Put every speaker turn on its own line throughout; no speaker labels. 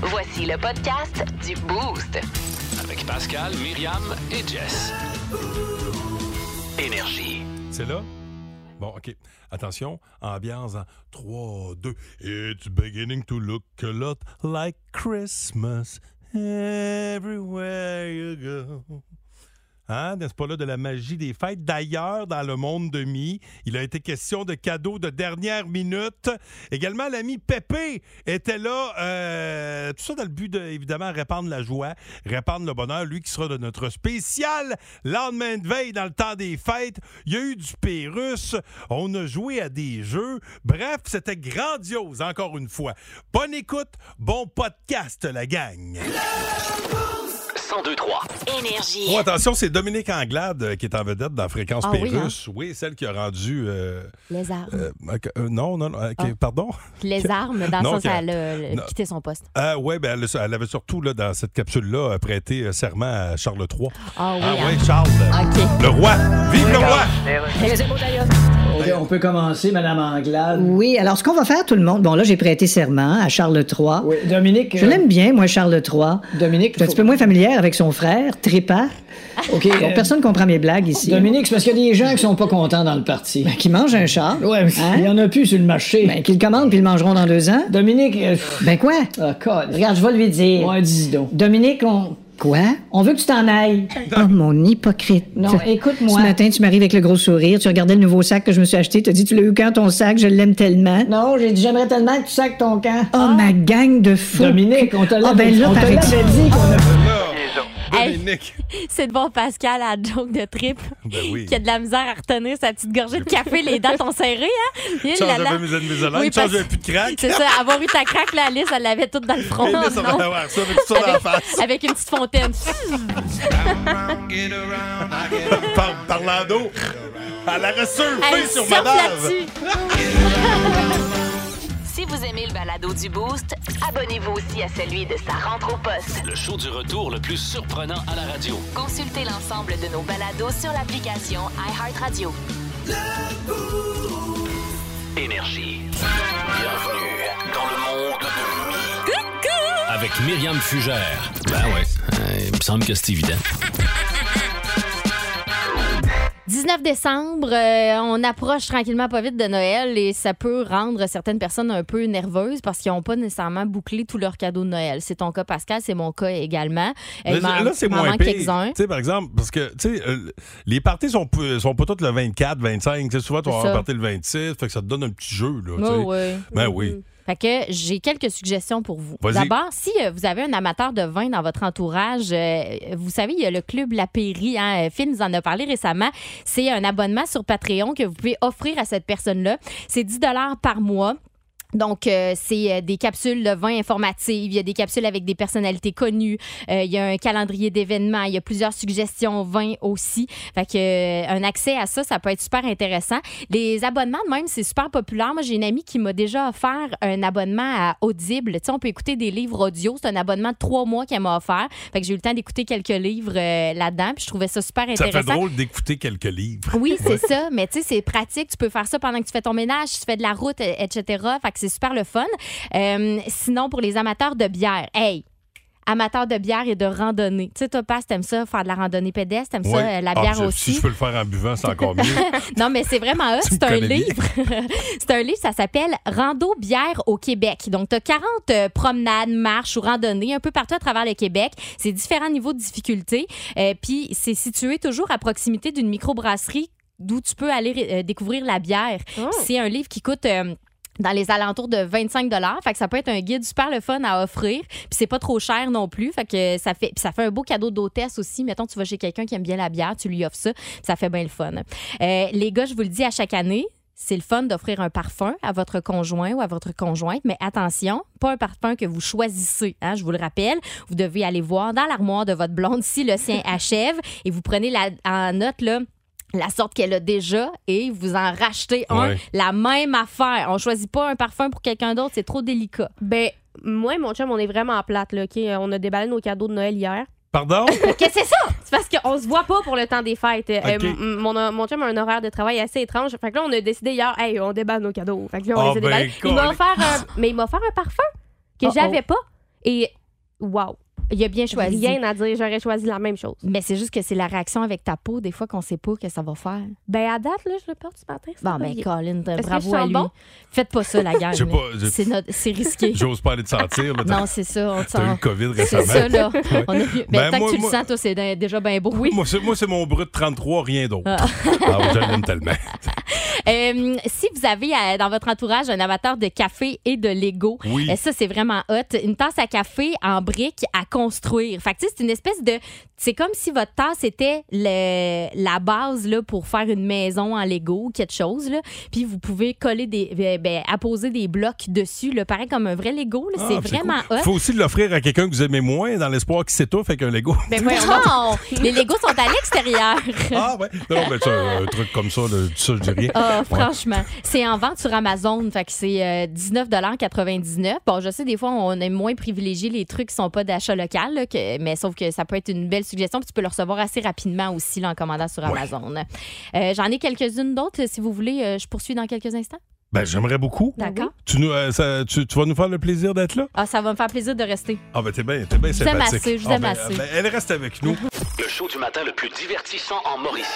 Voici le podcast du Boost.
Avec Pascal, Myriam et Jess. Énergie.
C'est là? Bon, OK. Attention, ambiance en 3, 2. It's beginning to look a lot like Christmas everywhere you go. Hein, n'est-ce pas là de la magie des fêtes? D'ailleurs, dans le monde de mi, il a été question de cadeaux de dernière minute. Également, l'ami Pépé était là, euh, tout ça dans le but de, évidemment, répandre la joie, répandre le bonheur. Lui qui sera de notre spécial lendemain de veille dans le temps des fêtes. Il y a eu du Pérus, on a joué à des jeux. Bref, c'était grandiose, encore une fois. Bonne écoute, bon podcast, la gang!
1023.
Énergie.
Oh, attention, c'est Dominique Anglade euh, qui est en vedette dans Fréquence
Ah oui,
Pérusse. Oui, celle qui a rendu. euh,
Les armes.
euh, euh, non, non, non. ok,
Ah.
Pardon?
les armes, dans le
Non,
sens
que-
où elle a le-
non.
quitté son poste.
oui, ben, elle, a- elle avait surtout, là, dans cette capsule-là, euh, prêté euh, serment à Charles III.
Ah oui,
ah
hein.
oui, Charles.
OK.
Le roi. Vive le roi!
Eh On peut commencer, Madame Anglade.
Oui, alors ce qu'on va faire, tout le monde, bon là, j'ai prêté serment à Charles III.
Oui, Dominique.
Je
euh,
l'aime Ben, bien, moi, Charles III.
Dominique.
Je suis un
faut-
petit peu moins familière avec son frère, Trépas.
OK.
Bon,
euh,
personne comprend mes blagues ici.
Dominique, c'est parce qu'il y a des gens qui sont pas contents dans le parti.
Ben, qui mange un char.
ouais, mais il y en a plus sur le marché.
Ben, qu'ils le commandent puis ils le mangeront dans deux ans.
Dominique. euh, pff,
Ben quoi?
ah, code.
Regarde, je vais lui dire.
Ouais, dis donc.
Dominique, on... Quoi? On veut que tu t'en ailles. Oh, mon hypocrite.
Non, écoute-moi.
Ce matin, tu m'arrives avec le gros sourire, tu regardais le nouveau sac que je me suis acheté, tu as dit, tu l'as eu quand ton sac, je l'aime tellement.
Non, j'ai dit j'aimerais tellement que tu sacs ton camp. Ah!
Oh, ma gang de fous.
Dominique, on te
Ah,
l'avait
ben là,
on te
paraît-il.
l'avait dit qu'on a.
Hey.
Dominique.
C'est de bon Pascal à la joke de trip
Ben oui.
qui a de la misère à retenir sa petite gorgée de café, les dents sont serrées, hein? Il
Change
là, là.
un peu mes ennemis
Oui,
oui, change
parce-
un plus de crack.
C'est ça, avoir eu ta craque, la liste, elle l'avait toute dans le front.
Et là, ça va
Oh, non?
avoir ça, avec tout ça dans la face.
Avec une petite fontaine.
Par, par l'ando. Elle a resurfé
Elle
sur
surfe
madame.
là-dessus.
Si vous aimez le balado du Boost, abonnez-vous aussi à celui de sa rentre au poste.
Le show du retour le plus surprenant à la radio.
Consultez l'ensemble de nos balados sur l'application iHeartRadio.
Énergie. Bienvenue dans le monde de Avec Myriam Fugère. Ben ouais, il me semble que c'est évident.
19 décembre, euh, on approche tranquillement pas vite de Noël et ça peut rendre certaines personnes un peu nerveuses parce qu'ils n'ont pas nécessairement bouclé tous leurs cadeaux de Noël. C'est ton cas, Pascal, c'est mon cas également. Et
Mais
il m'en-
là, c'est
il m'en
moins
manque
pire.
quelques-uns.
Tu sais, par exemple, parce que tu sais, euh, les parties sont, p- sont pas toutes le 24, 25. Tu sais, souvent, tu vas
C'est
avoir un
ça.
party le 26. Fait que ça te donne un petit jeu. Là, tu sais.
Oh, ouais.
Ben oui.
Fait que j'ai quelques suggestions pour vous.
Vas-y.
D'abord, si euh, vous avez un amateur de vin dans votre entourage, euh, vous savez, il y a le club La Pairie. Hein? euh, Phil nous en a parlé récemment. C'est un abonnement sur Patreon que vous pouvez offrir à cette personne-là. C'est 10 par mois. Donc, euh, c'est euh, des capsules de vin informatives. Il y a des capsules avec des personnalités connues. Euh, il y a un calendrier d'événements. Il y a plusieurs suggestions vin aussi. Fait que euh, un accès à ça, ça peut être super intéressant. Les abonnements, de même, c'est super populaire. Moi, j'ai une amie qui m'a déjà offert un abonnement à Audible. Tu sais, on peut écouter des livres audio. C'est un abonnement de trois mois qu'elle m'a offert. Fait que j'ai eu le temps d'écouter quelques livres euh, là-dedans. Puis je trouvais ça super
Ça
intéressant.
fait drôle d'écouter quelques livres.
Oui, c'est ça. Mais tu sais, c'est pratique. Tu peux faire ça pendant que tu fais ton ménage, tu fais de la route, et- etc. Fait que c'est super le fun. Euh, sinon, pour les amateurs de bière, hey! Amateurs de bière et de randonnée. Tu sais, toi, Passe, t'aimes ça, faire de la randonnée pédestre, t'aimes ça,
Ouais.
euh, la
Ah,
bière
je-
aussi.
Si je peux le faire en buvant, c'est encore mieux.
Non, mais c'est vraiment hot.
Tu me
C'est un
connais bien.
livre. c'est un livre, ça s'appelle Rando bière au Québec. Donc, tu as 40 euh, promenades, marches ou randonnées un peu partout à travers le Québec. C'est différents niveaux de difficulté. Euh, Puis, c'est situé toujours à proximité d'une microbrasserie d'où tu peux aller euh, découvrir la bière. C'est un livre qui coûte. euh, dans les alentours de 25 dollars, fait que ça peut être un guide super le fun à offrir, puis c'est pas trop cher non plus, fait que ça fait puis ça fait un beau cadeau d'hôtesse aussi. Mettons tu vas chez quelqu'un qui aime bien la bière, tu lui offres ça, puis ça fait bien le fun. Euh, les gars, je vous le dis à chaque année. c'est le fun d'offrir un parfum à votre conjoint ou à votre conjointe, mais attention, pas un parfum que vous choisissez. hein, je vous le rappelle, vous devez aller voir dans l'armoire de votre blonde si le sien achève et vous prenez la, en note là, la sorte qu'elle a déjà et vous en rachetez un,
Ouais.
la même affaire. On choisit pas un parfum pour quelqu'un d'autre, c'est trop délicat.
Ben, moi et mon chum, on est vraiment plate, là, OK? On a déballé nos cadeaux de Noël hier.
Pardon?
Euh,
Qu'est-ce que c'est ça? C'est parce qu'on se voit pas pour le temps des fêtes. Euh,
OK.
m-
mm,
m- mon, mon chum a un horaire de travail assez étrange. Fait que là, on a décidé hier, hey, on déballe nos cadeaux. Fait que là, on
Ah
les a
ben,
déballés. Il m'a
colin.
offert un, mais il m'a offert un parfum que
Oh, oh.
j'avais pas. Et, wow.
Il a bien choisi.
Rien à dire, j'aurais choisi la même chose.
Mais c'est juste que c'est la réaction avec ta peau, des fois, qu'on sait pas que ça va faire.
Ben, à date, là, je le porte ce matin. c'est
Bon,
pas
ben,
bien.
Colin,
que je
bravo
sens
à lui.
bon?
Faites pas ça, la gang.
Je sais pas, je-
C'est notre- c'est risqué.
J'ose pas aller te sentir. là. T'as-
non, c'est ça, on te
T'as eu le
sent.
COVID
C'est
récemment.
ça, là.
Ouais.
On a- Mais
Ben,
tant
moi-
que tu
moi-
le sens, toi, c'est d- déjà bien beau. Oui.
Moi, c'est, moi, c'est mon brut 33, rien d'autre.
Ah.
Ah, ouais, je l'aime tellement.
Euh, si vous avez euh, dans votre entourage un amateur de café et de Lego,
Oui.
euh, ça, c'est vraiment hot. Une tasse à café en briques à construire. Fait que, tu sais, c'est une espèce de. C'est comme si votre tasse était le- la base là, pour faire une maison en Lego ou quelque chose. Là. Puis vous pouvez coller des. ben, ben, apposer des blocs dessus. Là. Pareil comme un vrai Lego. là.
Ah,
c'est vraiment
cool.
hot.
Faut aussi l'offrir à quelqu'un que vous aimez moins dans l'espoir qu'il s'étouffe avec un Lego.
Ben, voyons donc.
Non! Les Legos sont à l'extérieur.
ah, ouais. Non, mais ça, un truc comme ça, là, ça, je dis rien.
Ah,
Ouais.
franchement, c'est en vente sur Amazon, fait que c'est euh, 19,99 Bon, je sais des fois on aime moins privilégier les trucs qui sont pas d'achat local, là, que- mais sauf que ça peut être une belle suggestion, puis tu peux le recevoir assez rapidement aussi là, en commandant sur
Ouais.
Amazon. Euh, J'en ai quelques-unes d'autres si vous voulez, euh, je poursuis dans quelques instants.
Ben, j'aimerais beaucoup.
D'accord.
Tu, nous, euh, ça- tu, tu vas nous faire le plaisir d'être là?
Ah, ça va me faire plaisir de rester.
Ah, ben, t'es bien t'es bien
Je vous aime
sympathique.
assez, je vous
Ah,
aime
ben,
assez.
ben, elle reste avec nous.
Le show du matin le plus divertissant en Mauricie.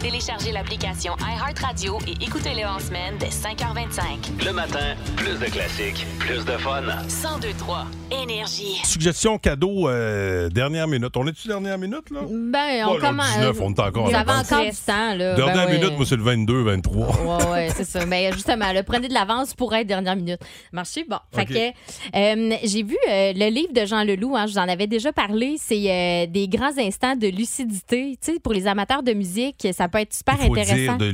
Téléchargez l'application iHeartRadio et écoutez-le en semaine dès 5h25.
Le matin, plus de classiques, plus de fun.
1023 Énergie.
Suggestion cadeau, euh, dernière minute. On est-tu dernière minute, là?
Ben,
Oh,
on
là,
commence.
19, on est encore
Vous
en
avez
avance.
encore du temps, là. Ben
dernière
ouais.
minute, moi, c'est le 22, 23.
Ouais, ouais, c'est ça. Mais justement, le prenez de l'avance pour être dernière minute. Marché, bon. Fait
OK.
que euh, j'ai vu euh, le livre de Jean Leloup, hein, je vous en avais déjà parlé. C'est euh, des grands instants de lucidité. Tu sais, pour les amateurs de musique, ça peut être super
Il faut
intéressant.
dire de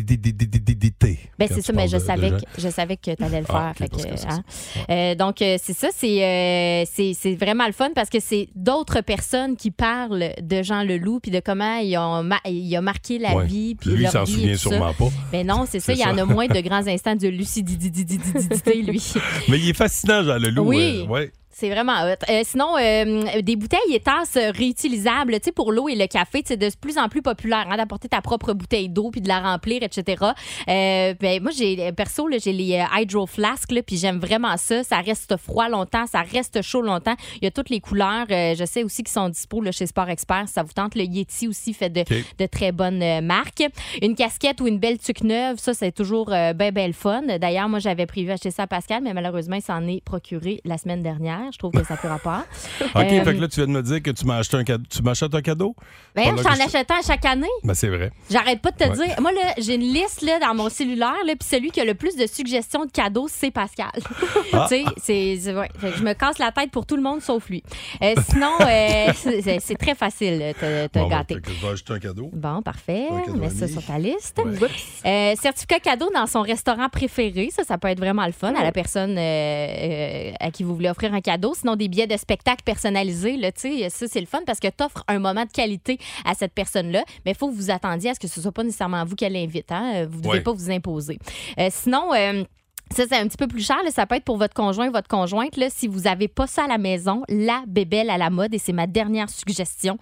lucidité.
Ben,
quand
c'est
tu
ça, mais je
parles de- de
savais,
gens.
que, je savais que tu allais le
Ah,
faire.
ok,
fait
parce
que,
que c'est
hein. Euh, donc, euh, c'est ça, c'est euh, c'est- c'est vraiment le fun parce que c'est d'autres personnes qui parlent de Jean Leloup puis de comment il a, il a marqué la
Ouais.
vie. puis
Lui, il
leur
s'en
vie et
souvient
tout ça.
sûrement pas.
Mais non, c'est ça,
C'est
il y en
ça.
a moins de grands instants de lucidité, lui.
Mais il est fascinant, Jean Leloup.
Oui.
euh, ouais.
C'est vraiment hot. Euh, sinon, euh, des bouteilles et tasses réutilisables, tu sais, pour l'eau et le café, c'est de plus en plus populaire hein, d'apporter ta propre bouteille d'eau puis de la remplir, etc. Euh, ben, moi, j'ai euh, perso, là, j'ai les euh, hydro flasks, là, puis j'aime vraiment ça. Ça reste froid longtemps, ça reste chaud longtemps. Il y a toutes les couleurs. Euh, je sais aussi qu'ils sont dispo là, chez Sport Expert. Si ça vous tente, le Yeti aussi fait de,
OK.
de très bonnes euh, marques. Une casquette ou une belle tuque neuve, ça, c'est toujours euh, ben, ben le fun. D'ailleurs, moi, j'avais prévu acheter ça à Pascal, mais malheureusement, il s'en est procuré la semaine dernière. Je trouve que ça peut rapport.
OK,
Euh,
fait que là, tu viens de me dire que tu m'as acheté un cadeau. Tu m'achètes un cadeau?
Ben,
Pendant
j'en
que je-
achète un à chaque année.
Ben, c'est vrai.
J'arrête pas de te
Ouais.
dire. Moi, là, j'ai une liste là, dans mon cellulaire, là, puis celui qui a le plus de suggestions de cadeaux, c'est Pascal.
Ah.
tu sais, c'est. c'est- ouais. Fait que je me casse la tête pour tout le monde sauf lui. Euh, sinon, euh, c'est c'est très facile de te, te
Bon, ben,
gâter.
fait que je vais acheter un cadeau.
Bon, parfait.
Un cadeau
Mets ça
ami.
sur ta liste.
Ouais.
Euh, certificat cadeau dans son restaurant préféré, ça, ça peut être vraiment le fun à
Oh.
la personne euh, euh, à qui vous voulez offrir un cadeau. Sinon, des billets de spectacle personnalisés, là, tu sais, ça, c'est le fun parce que tu offres un moment de qualité à cette personne-là, mais il faut que vous attendiez à ce que ce soit pas nécessairement vous qu'elle invite. Hein? Vous ne devez
Ouais.
pas vous imposer. Euh, sinon... euh, ça, c'est un petit peu plus cher. là. Ça peut être pour votre conjoint, votre conjointe. Là, si vous n'avez pas ça à la maison, la bébelle à la mode, et c'est ma dernière suggestion,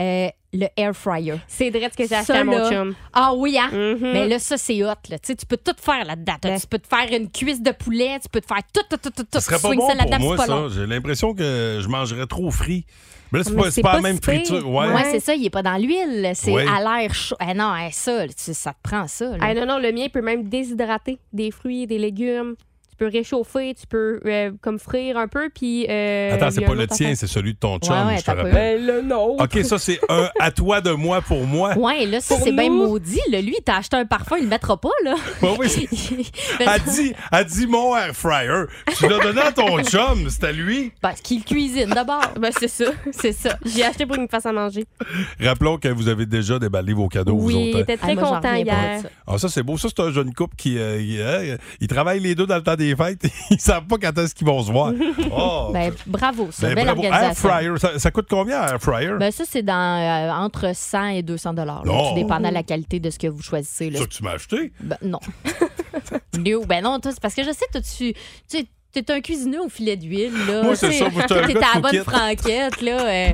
euh, le air fryer.
C'est vrai ce que j'ai acheté
Ça,
à mon
là,
chum.
Ah oui, hein?
Mhm.
Mais là, ça, c'est hot. Là. Tu sais, tu peux tout faire là-dedans.
Ben.
Tu peux te faire une cuisse de poulet, tu peux te faire tout, tout, tout, tout. tout.
Ce serait pas
Swing
bon
ça
pour
là-dedans,
moi,
c'est pas
ça.
long.
J'ai l'impression que je mangerais trop frit. Mais là, c'est
Mais
pas, c'est
c'est
pas la
pas
même
si pire.
friture.
Ouais,
Ouais.
c'est ça, il est pas dans l'huile. C'est
Ouais.
à l'air chaud. Ah non, hein, ça, là, tu- ça te prend ça. là.
Ah, non, non, le mien peut même déshydrater des fruits, des légumes. Tu peux réchauffer, tu peux euh, comme frire un peu, puis. euh,
Attends,
il
c'est
y a
pas
un
le
autre
tien,
affaire.
c'est celui de ton chum,
ouais,
je te
t'as pas
Ben,
rappelle.
le non.
OK, ça, c'est un à toi de moi pour moi.
Ouais, là, ça,
Pour
c'est bien
nous-
maudit. Là. Lui, il t'a acheté un parfum, il le mettra pas, là.
Ouais, oui, c'est- Elle dit, elle dit mon air fryer. Tu l'as donné à ton chum, c'est à lui.
Parce qu'il cuisine d'abord.
Ben, c'est ça, c'est ça. J'ai acheté pour qu'il me fasse à manger.
Rappelons que vous avez déjà déballé vos cadeaux, vous
oui,
autres.
il
hein.
était très
Ah, moi, j'en
content
reviens pas de
hier.
ça.
Ah, ça, c'est beau. Ça, c'est un jeune couple qui euh, il, euh, il travaille les deux dans le temps des fêtes. Ils savent pas quand est-ce qu'ils vont se voir. Oh!
Ben, bravo, ça.
Ben,
belle
bravo. Air
organisation.
fryer. Ça, ça coûte combien, un air fryer?
Ben, ça, c'est dans, euh, entre 100 et 200 dollars.
Non.
Tout dépendant de la qualité de ce que vous choisissez. Là.
ça que tu m'as acheté.
Ben, non. Léo, ben non, toi, c'est parce que je sais, toi, tu. tu sais, T'es un cuisineux au filet d'huile, là.
Moi, c'est
Tu sais,
ça, moi, j'étais un
T'es
gars
à la bonne
coquette.
franquette, là. euh.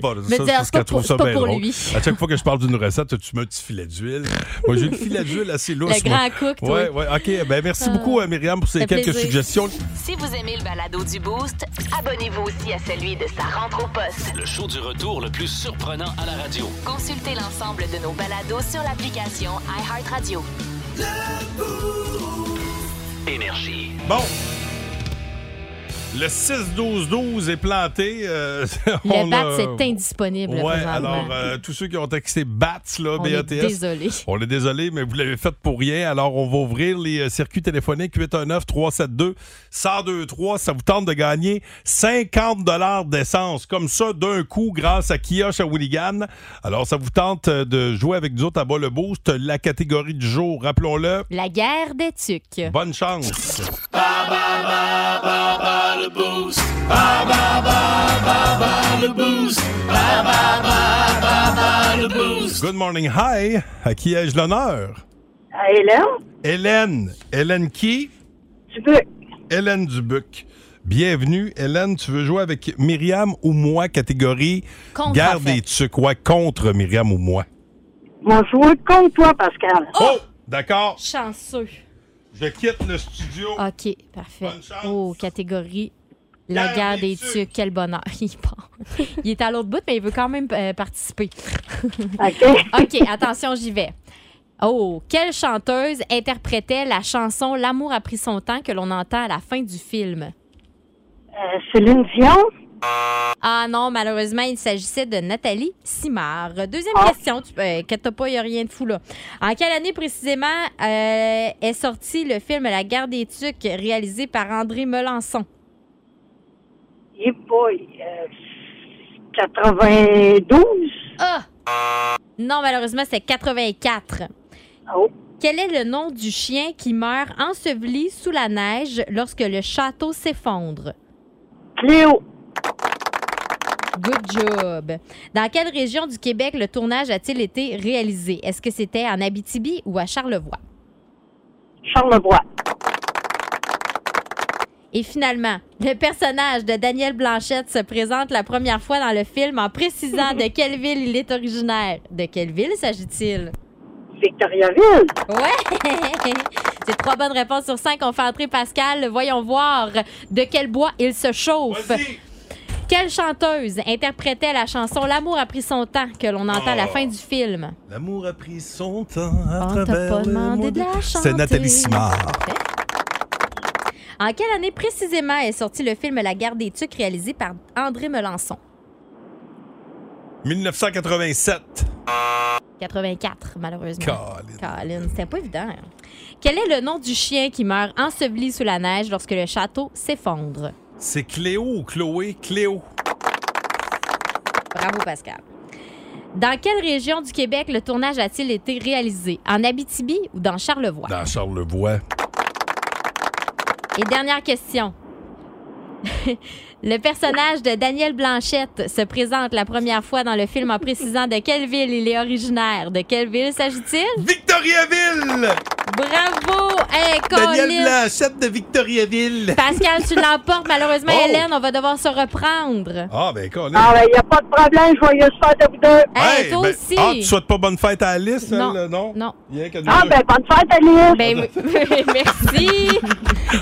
Bon, ça,
Mais
c'est
dis, c'est
parce
pas
qu'elle trouve
pour-
ça
c'est pas
bien
pour
drôle.
lui.
À chaque fois que je parle d'une recette, toi, tu mets un petit filet d'huile. Moi, j'ai le filet d'huile assez lousse.
Le
moi.
grand cook, toi. Ah.
Ouais, ouais, OK. Ben, merci beaucoup, euh, Myriam, pour ces
fait
quelques
plaisir.
suggestions.
Si vous aimez le balado du Boost, abonnez-vous aussi à celui de sa rentre au poste.
Le show du retour le plus surprenant à la radio.
Consultez l'ensemble de nos balados sur l'application iHeartRadio.
Énergie.
Bon. Le 6-12-12 est planté. euh, on
Le bat,
a-
c'est indisponible,
Ouais,
présentement.
alors, euh, E tous ceux qui ont texté BATS, là,
On est
BATS,
désolé.
On est désolé, mais vous l'avez fait pour rien. Alors, on va ouvrir les euh, circuits téléphoniques 819-372-1023. Ça vous tente de gagner 50 d'essence, comme ça, d'un coup, grâce à Kiosh à Willigan. Alors, ça vous tente euh, de jouer avec nous autres à bas le boost. La catégorie du jour, rappelons-le.
La guerre des tucs.
Bonne chance. Good morning, hi. À qui ai-je l'honneur?
Hélène,
Hélène. Hélène qui?
tu peux.
Hélène Dubuc. Bienvenue. Hélène, tu veux jouer avec Myriam ou moi, catégorie
Contre,
Garde
en fait.
des tucs, ouais, contre Myriam ou moi.
Mon joueur contre toi, Pascal.
Oh! D'accord,
Chanceux.
je quitte le studio.
OK, parfait.
Bonne chance.
Oh, catégorie. La
Guerre
guerre
des
des
tucs.
tucs, quel bonheur. Il part. Il est à l'autre bout, mais il veut quand même euh, participer.
OK.
OK, attention, j'y vais. Oh, quelle chanteuse interprétait la chanson L'amour a pris son temps que l'on entend à la fin du film?
Euh, Céline Dion.
Ah non, malheureusement, il s'agissait de Nathalie Simard. Deuxième
Ah.
question, tu euh, inquiète-toi pas, il n'y a rien de fou là. En quelle année précisément euh, est sorti le film La guerre des tucs réalisé par André Melançon?
Hey boy. euh, 92.
Ah! Non, malheureusement, c'est 84.
Oh.
Quel est le nom du chien qui meurt enseveli sous la neige lorsque le château s'effondre?
Cléo.
Good job. Dans quelle région du Québec le tournage a-t-il été réalisé? Est-ce que c'était en Abitibi ou à Charlevoix?
Charlevoix.
Et finalement, le personnage de Daniel Blanchette se présente la première fois dans le film en précisant de quelle ville il est originaire. De quelle ville s'agit-il?
Victoriaville.
Ouais! C'est trois bonnes réponses sur cinq. On fait entrer Pascal. Voyons voir de quel bois il se chauffe.
Vas-y.
Quelle chanteuse interprétait la chanson L'amour a pris son temps que l'on entend à la
Oh.
fin du film?
L'amour a pris son temps à
On t'a
travers
pas
le
demandé
monde.
de la
C'est
chanter.
Nathalie Simard.
En quelle année précisément est sorti le film La guerre des tucs réalisé par André Melançon?
1987.
84, malheureusement.
Colin.
Colin, c'était pas évident. Quel est le nom du chien qui meurt enseveli sous la neige lorsque le château s'effondre?
C'est Cléo ou Chloé? Cléo.
Bravo, Pascal. Dans quelle région du Québec le tournage a-t-il été réalisé? En Abitibi ou dans Charlevoix?
Dans Charlevoix.
Et dernière question. le personnage de Daniel Blanchette se présente la première fois dans le film en précisant de quelle ville il est originaire. De quelle ville s'agit-il?
Victoriaville!
Bravo! Hey,
Daniel
Colin!
Blanchette de Victoriaville.
Pascal, tu l'emportes. Malheureusement,
Oh.
Hélène, on va devoir se reprendre.
Ah, ben, Colin.
Ah, ben, il n'y a pas de problème. Joyeuse fête à vous deux.
Hey,
Hey,
toi
ben-
aussi.
Ah, tu souhaites pas bonne fête à Alice,
Non.
elle, là, non?
Non.
Il y a que nous
Ah,
deux.
ben, bonne fête, Alice.
Ben, oui. merci.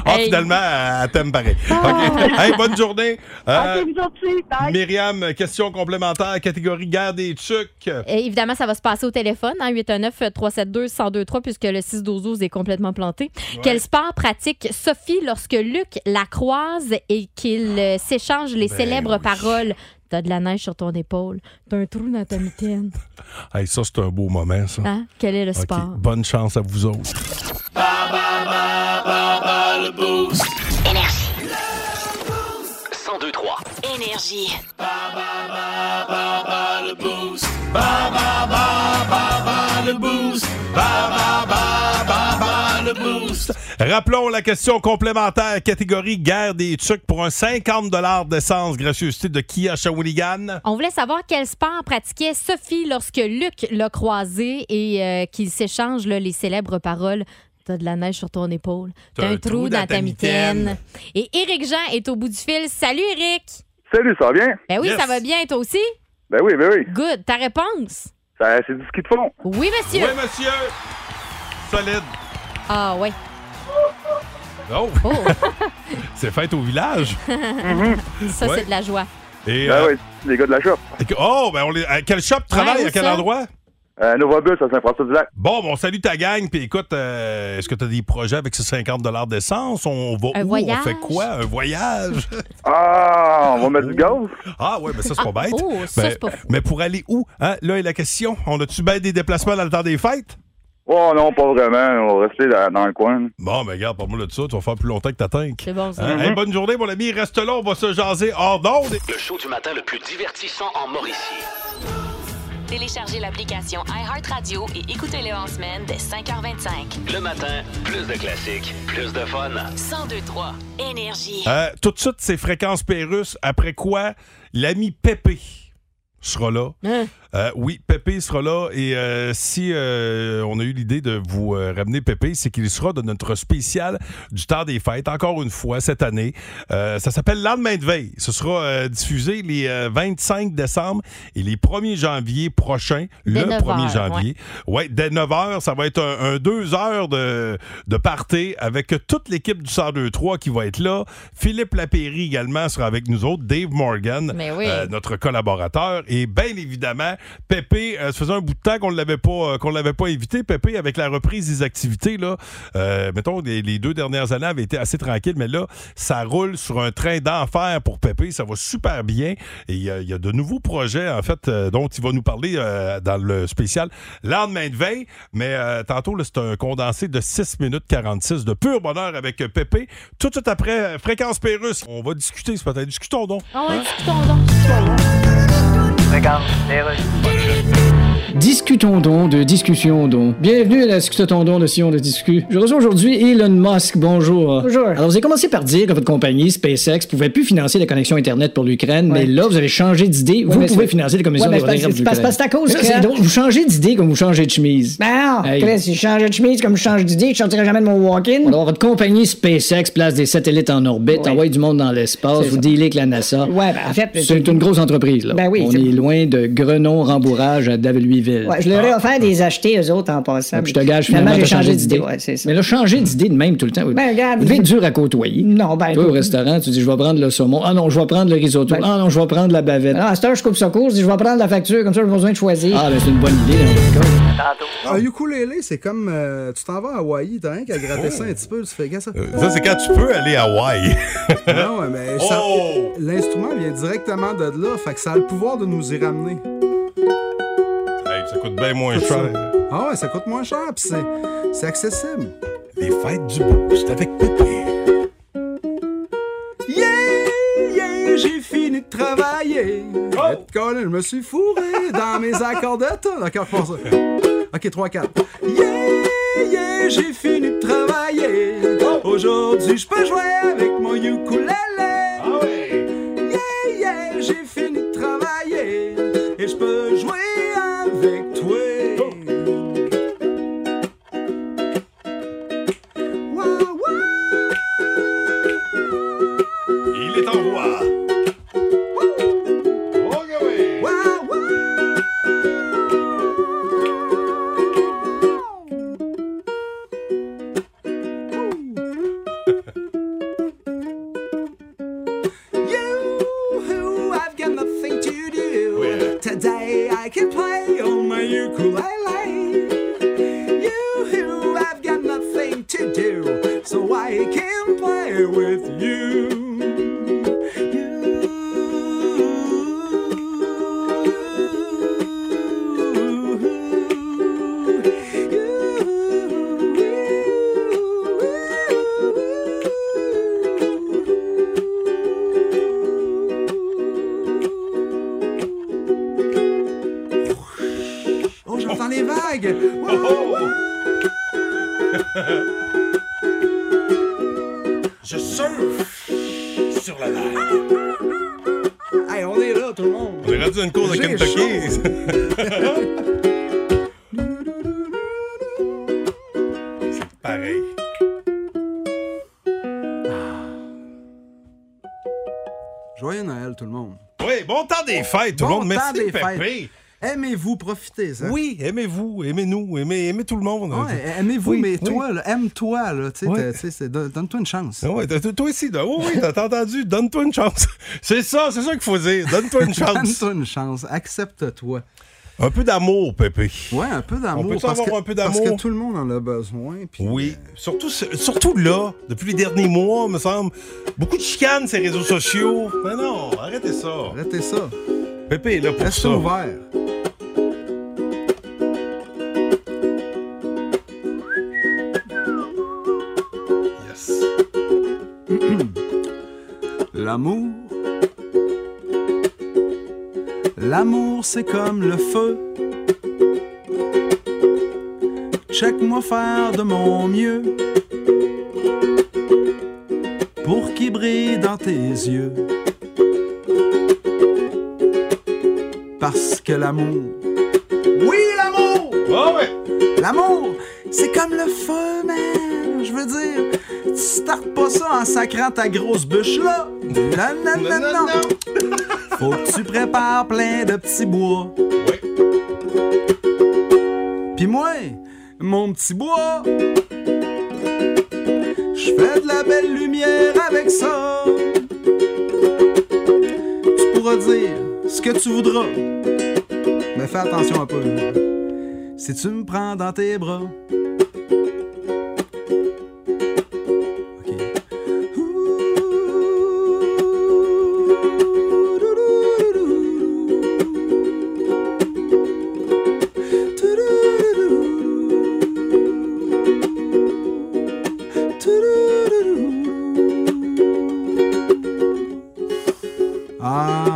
Ah,
Hey.
finalement, elle elle t'aime pareil. OK. Hey, bonne journée. Euh,
Ah. OK, vous aussi. Bye.
Myriam, question complémentaire, catégorie guerre des tchucs.
Et évidemment, ça va se passer au téléphone, hein, 819-372-1023, puisque le 6-12-12 est complètement planté. Quel sport pratique Sophie lorsque Luc la croise et qu'il euh, s'échange les
Ben
célèbres
oui.
paroles? T'as de la neige sur ton épaule, t'as un trou dans ta mitaine.
Hey, ça, c'est un beau moment, ça.
Hein? Quel est le
Ah. OK,
sport?
Bonne chance à vous autres.
Énergie.
102 3.
Énergie.
Rappelons la question complémentaire, catégorie guerre des tchucs pour un 50 d'essence, gracieuseté de Kia Shawinigan.
On voulait savoir quel sport pratiquait Sophie lorsque Luc l'a croisé et euh, qu'ils s'échangent là, les célèbres paroles. T'as de la neige sur ton épaule. T'as un trou dans ta mitaine. Et Éric Jean est au bout du fil. Salut, Éric.
Salut, ça va bien?
Ben oui,
Yes.
ça va bien, toi aussi?
Ben oui, ben oui.
Good. Ta réponse?
Ça- C'est du ski de fond.
Oui,
Oui,
monsieur.
monsieur! Solide.
Ah, ouais.
Oh,
Oh,
c'est fête au village.
ça,
Ouais.
c'est de la joie.
Et,
Ben
euh,
oui, les gars de la shop.
Oh, ben on les- à quel shop travaille,
où
à quel
ça?
endroit?
Euh, Novabus à Saint-François-du-Lac.
Bon, bon, salut ta gang. Puis écoute, euh, est-ce que tu as des projets avec ces 50 d'essence? On va
Un
où?
voyage.
On fait quoi? Un voyage?
Ah, on va mettre du gaz?
ah ouais, mais ça, c'est
Ah,
pas bête.
oh, ça,
Ben,
c'est pas fou.
Mais pour aller où? hein? Là est la question. On a-tu bien des déplacements dans le temps des fêtes?
Oh non, pas vraiment. On va rester dans, dans le coin.
Bon, mais regarde, pour moi, là, de ça, tu vas faire plus longtemps que ta tank.
C'est bon, ça.
Hein? Hey, bonne journée, mon ami. Reste là, on va se jaser hors d'onde.
Le show du matin le plus divertissant en Mauricie.
Téléchargez l'application iHeartRadio et écoutez-le en semaine dès 5h25.
Le matin, plus de classiques, plus de fun.
1023 Énergie.
Euh, tout de suite, c'est Fréquence Pérus. Après quoi, l'ami Pépé sera là.
Hein?
Euh, oui, Pépé sera là. Et euh, si euh, on a eu l'idée de vous euh, ramener Pépé, c'est qu'il sera de notre spécial du temps des fêtes, encore une fois, cette année. Euh, ça s'appelle Lendemain de veille. Ce sera euh, diffusé les euh, 25 décembre et les 1er janvier prochains.
Dès
le
9
1er
heures,
janvier. Ouais. dès 9 h, ça va être un, 2 heures de, de party avec toute l'équipe du 102-3 qui va être là. Philippe Lapéry également sera avec nous autres. Dave Morgan,
Mais oui.
euh, notre collaborateur. Et bien évidemment, Pépé, euh, ça faisait un bout de temps qu'on ne l'avait pas, euh, qu'on l'avait pas invité. Pépé, avec la reprise des activités, là, euh, mettons, les, les deux dernières années avaient été assez tranquilles, mais là, ça roule sur un train d'enfer pour Pépé. Ça va super bien. Et il y, a- il y a de nouveaux projets, en fait, euh, dont il va nous parler euh, dans le spécial Lendemain de veille. Mais euh, tantôt, là, c'est un condensé de 6 minutes 46 de pur bonheur avec euh, Pépé. Tout de suite après, euh, Fréquence Pérus. On va discuter ce matin. Discutons donc.
Ah ouais, discutons donc.
Discutons donc de discussion donc. Bienvenue à la discutons donc de Sion de Discu. Je reçois aujourd'hui Elon Musk. Bonjour. Bonjour. Alors, vous avez commencé par dire que votre compagnie SpaceX pouvait plus financer la connexion Internet pour l'Ukraine, mais là, vous avez changé d'idée. Vous
mais
pouvez
c'est-
financer la commission
Ouais, mais
de
c'est parce-
l'Ukraine.
c'est parce- parce que c'est à cause
Mais
que-
c'est drôle, Vous changez d'idée comme vous changez de chemise.
Ben non,
Hey.
Chris, si je changeais de chemise comme je change d'idée, je sortirais jamais de mon walk-in.
Alors, votre compagnie SpaceX place des satellites en orbite,
Ouais.
envoie du monde dans l'espace,
C'est
vous
ça.
dealez avec la NASA.
Ouais, ben en fait,
C'est une grosse entreprise, là.
Ben oui,
On
c'est-
est loin de Grenon-Rembourrage à Daveluiville.
ouais, je leur ai offert des achetés, eux autres, en passant.
Ah, puis ah. je te gage, finalement,
j'ai
t'as
changé d'idée.
d'idée.
Ouais, c'est ça.
Mais là, changer d'idée de même tout le temps. oui.
Ben, regarde.
Vous devez être dur à côtoyer.
Non, ben.
Toi, au restaurant, tu dis, je vais prendre le saumon. Ah non, je vais prendre le risotto.
Ben-
ah non, je vais prendre la bavette.
Non, à cette heure, je coupe ça court, je dis, je vais prendre la facture, comme ça, j'ai pas besoin de choisir.
Ah, ben, c'est une bonne idée. là.
Un Ah, ukulélé, c'est comme euh, tu t'en vas à Hawaï, t'as rien qu'à gratter ça un petit peu, tu fais gars ça.
Euh, Ça, c'est quand tu peux aller à Hawaï.
Non, ouais, mais ça-
Oh!
l'instrument vient directement de là, fait que ça a le pouvoir de nous y ramener.
Hey, ça coûte bien moins
Tout
cher.
Ah ouais, ça coûte moins cher, pis c'est, c'est accessible.
Les fêtes du boost avec Pépé.
Yeah, yeah, j'ai fini de travailler. Et de coller, je me suis fourré dans mes accords de ton. D'accord, pour ça. Ok, 3, 4. Yeah, yeah, j'ai fini de travailler. Aujourd'hui, je peux jouer avec mon ukulélé.
Ah
Yeah, yeah, j'ai fini de travailler. Et je peux jouer avec toi. Waouh, waouh.
Il est en voie. Ok, oui.
here with you. Oh, j'entends les vagues!
Je surfe sur la neige.
Hey, on est là, tout le monde!
On est rendu à une course de
J'ai
Kentucky. Pareil.
Joyeux Noël, tout le monde.
Oui, bon temps des fêtes, tout le
Bon
monde.
temps
Merci,
des
Pépé.
fêtes. Aimez-vous, profitez hein?
Oui, aimez-vous, aimez-nous, aimez, aimez tout le monde.
Ouais, Eh, aimez-vous,
Oui,
mais
oui.
toi, là, aime-toi, là, tu sais,
Ouais.
t'as- tu sais, c'est- don- donne-toi une chance.
Ah Ouais, t'as- t'as- toi aussi, là. Oh, oui, t'as entendu, donne-toi une chance. C'est ça, c'est ça qu'il faut dire, donne-toi une chance.
Donne-toi une chance, accepte-toi.
un peu d'amour, Pépé.
Ouais, un peu d'amour.
On peut
parce
avoir
que-
un peu
Parce
d'amour?
que tout le monde en a besoin. puis-
Oui, surtout, surtout là, depuis les derniers mois, me semble, beaucoup de chicanes ces réseaux sociaux. Mais non, arrêtez ça.
Arrêtez ça.
Pépé est là pour
Reste
ça.
ouvert.
Yes.
L'amour. L'amour, c'est comme le feu. Check-moi faire de mon mieux pour qu'il brille dans tes yeux. Parce que l'amour, oui, l'amour!
Ah
L'amour, c'est comme le feu, man! Je veux dire, tu startes pas ça en sacrant ta grosse bûche là! Non, non, non, non! Faut que tu prépares plein de petits bois. Puis moi, mon petit bois, je fais de la belle lumière avec ça. Tu pourras dire ce que tu voudras, mais fais attention un peu. Si tu me prends dans tes bras. Ah,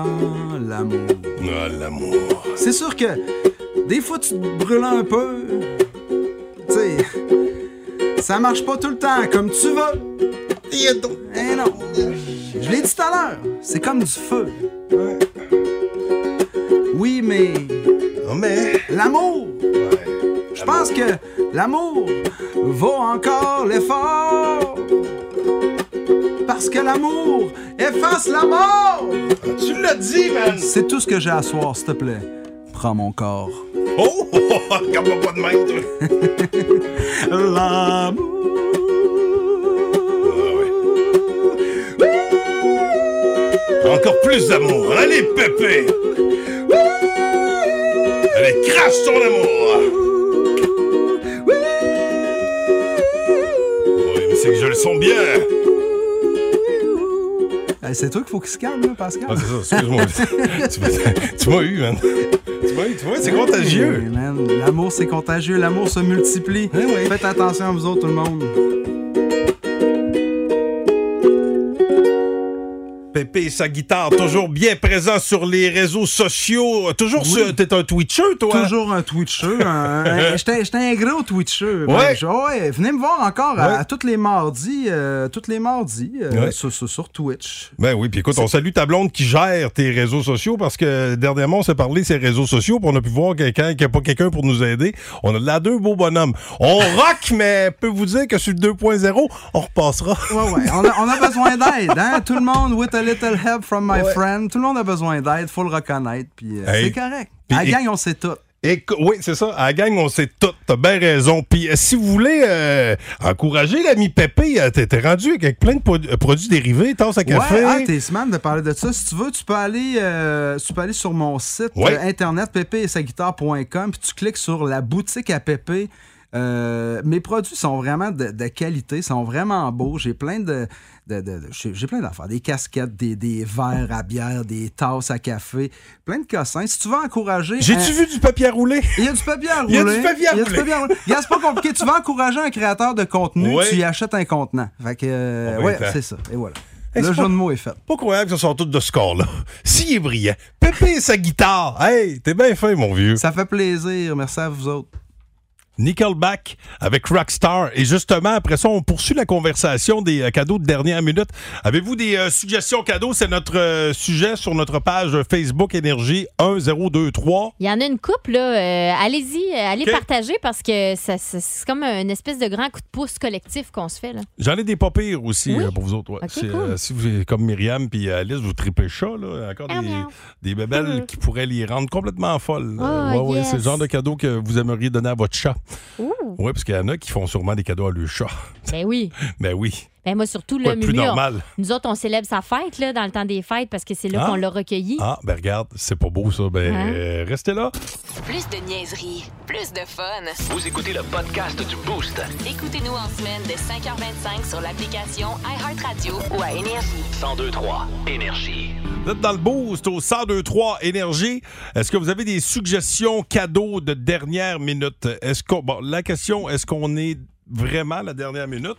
l'amour.
Ah, l'amour.
C'est sûr que des fois, tu te brûles un peu. Tu sais, ça marche pas tout le temps comme tu veux. Eh non. Je l'ai dit tout à l'heure, c'est comme du feu. Oui, mais.
mais.
L'amour! Je pense que l'amour vaut encore l'effort. Parce que l'amour efface la mort!
Tu l'as dit, man!
C'est tout ce que j'ai à soir, s'il te plaît. Prends mon corps.
Oh, oh, oh, regarde-moi pas de même, toi.
L'amour.
Ah Encore plus d'amour. Allez, Pépé. Allez, crache ton amour. Oui, mais c'est que je le sens bien.
Eh, c'est toi qu'il faut qu'il se calme, là, Pascal.
Ah, c'est ça, excuse-moi. tu m'as- tu m'as eu, man. Tu m'as eu, tu vois, c'est contagieux.
Hey, Eh, man, L'amour, c'est contagieux. L'amour se multiplie. Faites attention à vous autres, tout le monde.
Pépé et sa guitare, toujours bien présent sur les réseaux sociaux. Toujours, sur- t'es un Twitcher, toi?
Toujours un Twitcher. un- un- J'étais j'étais un gros Twitcher.
Ouais.
Ben, je- ouais, venez me voir encore à,
Ouais.
à tous les mardis, euh, tous les mardis euh,
Ouais.
sur, sur- sur Twitch.
Ben oui, puis écoute, on salue ta blonde qui gère tes réseaux sociaux parce que dernièrement, on s'est parlé de ces réseaux sociaux, puis on a pu voir quelqu'un qui a pas quelqu'un pour nous aider. On a de là deux beaux bonhommes. On rock, mais peut vous dire que sur le 2.0, on repassera.
Ouais, ouais. On a, on a besoin d'aide, hein? Tout le monde, with a little help from my friend. Tout le monde a besoin d'aide, faut le reconnaître. Puis euh,
Hey.
c'est correct.
Puis-
à la gang, on sait tout.
Et que- oui, c'est ça. À la gang, on sait tout. T'as bien raison. Puis euh, si vous voulez euh, encourager l'ami Pépé, euh, t'es t'es rendu avec plein de pro- euh, produits dérivés, tasse à café.
Ouais, ah, t'es semaine de parler de ça. Si tu veux, tu peux aller, euh, tu peux aller sur mon site
Ouais.
euh, internet pépé et sa guitare.com puis tu cliques sur la boutique à pépé. Euh, mes produits sont vraiment de, de qualité, sont vraiment beaux. J'ai plein de, de- de- de- j'ai j'ai plein d'affaires, des casquettes, des, des verres à bière, des tasses à café, plein de cossins. Si tu veux encourager,
J'ai-tu
un-
vu du papier à rouler?
Il y a du papier à
Il y a
rouler.
du papier à
Il y a du
rouler.
papier à rouler. Regarde, c'est pas compliqué. Tu vas encourager un créateur de contenu,
Ouais. ben,
tu y achètes un contenant. Fait que, euh,
En même
ouais,
temps.
c'est ça. Et voilà.
Hey,
le
c'est
jeu
pas-
de mots est fait.
Pas croyable que ce soit tout de ce corps-là. S'il est brillant. Pépé et sa guitare. Hey, t'es bien fin, mon vieux.
Ça fait plaisir. Merci à vous autres.
Nickelback avec Rockstar. Et justement, après ça, on poursuit la conversation des euh, cadeaux de dernière minute. Avez-vous des euh, suggestions cadeaux? C'est notre euh, sujet sur notre page euh, Facebook Énergie 1023.
Il y en a une couple, là. euh, allez-y, euh, allez
OK.
partager parce que ça, ça- c'est comme une espèce de grand coup de pouce collectif qu'on se fait, là.
J'en ai des pas pires aussi euh, pour vous autres. ouais.
Ok,
C'est,
cool.
euh, si vous, comme Myriam puis euh, Alice, vous tripez chat, là, encore des, des bébelles qui pourraient les rendre complètement folles.
Oh,
Euh, ouais, ouais,
yes.
c'est le genre de cadeau que vous aimeriez donner à votre chat. Oui, parce qu'il y en a qui font sûrement des cadeaux à leur chat.
Ben oui.
Ben oui.
Ben moi, surtout,
Quoi
le
de plus normal?
nous autres, on célèbre sa fête, là, dans le temps des fêtes parce que c'est là
Ah.
qu'on l'a recueilli.
Ah, ben regarde, c'est pas beau ça. Ben
Hein?
euh, restez là.
Plus de niaiserie, plus de fun.
Vous écoutez le podcast du Boost.
Écoutez-nous en semaine de 5h25 sur l'application iHeartRadio ou à Énergie.
1023 Énergie.
Vous êtes dans le boost au 1023 Énergie. Est-ce que vous avez des suggestions cadeaux de dernière minute? Est-ce qu'on. Bon, la question, est-ce qu'on est vraiment à la dernière minute?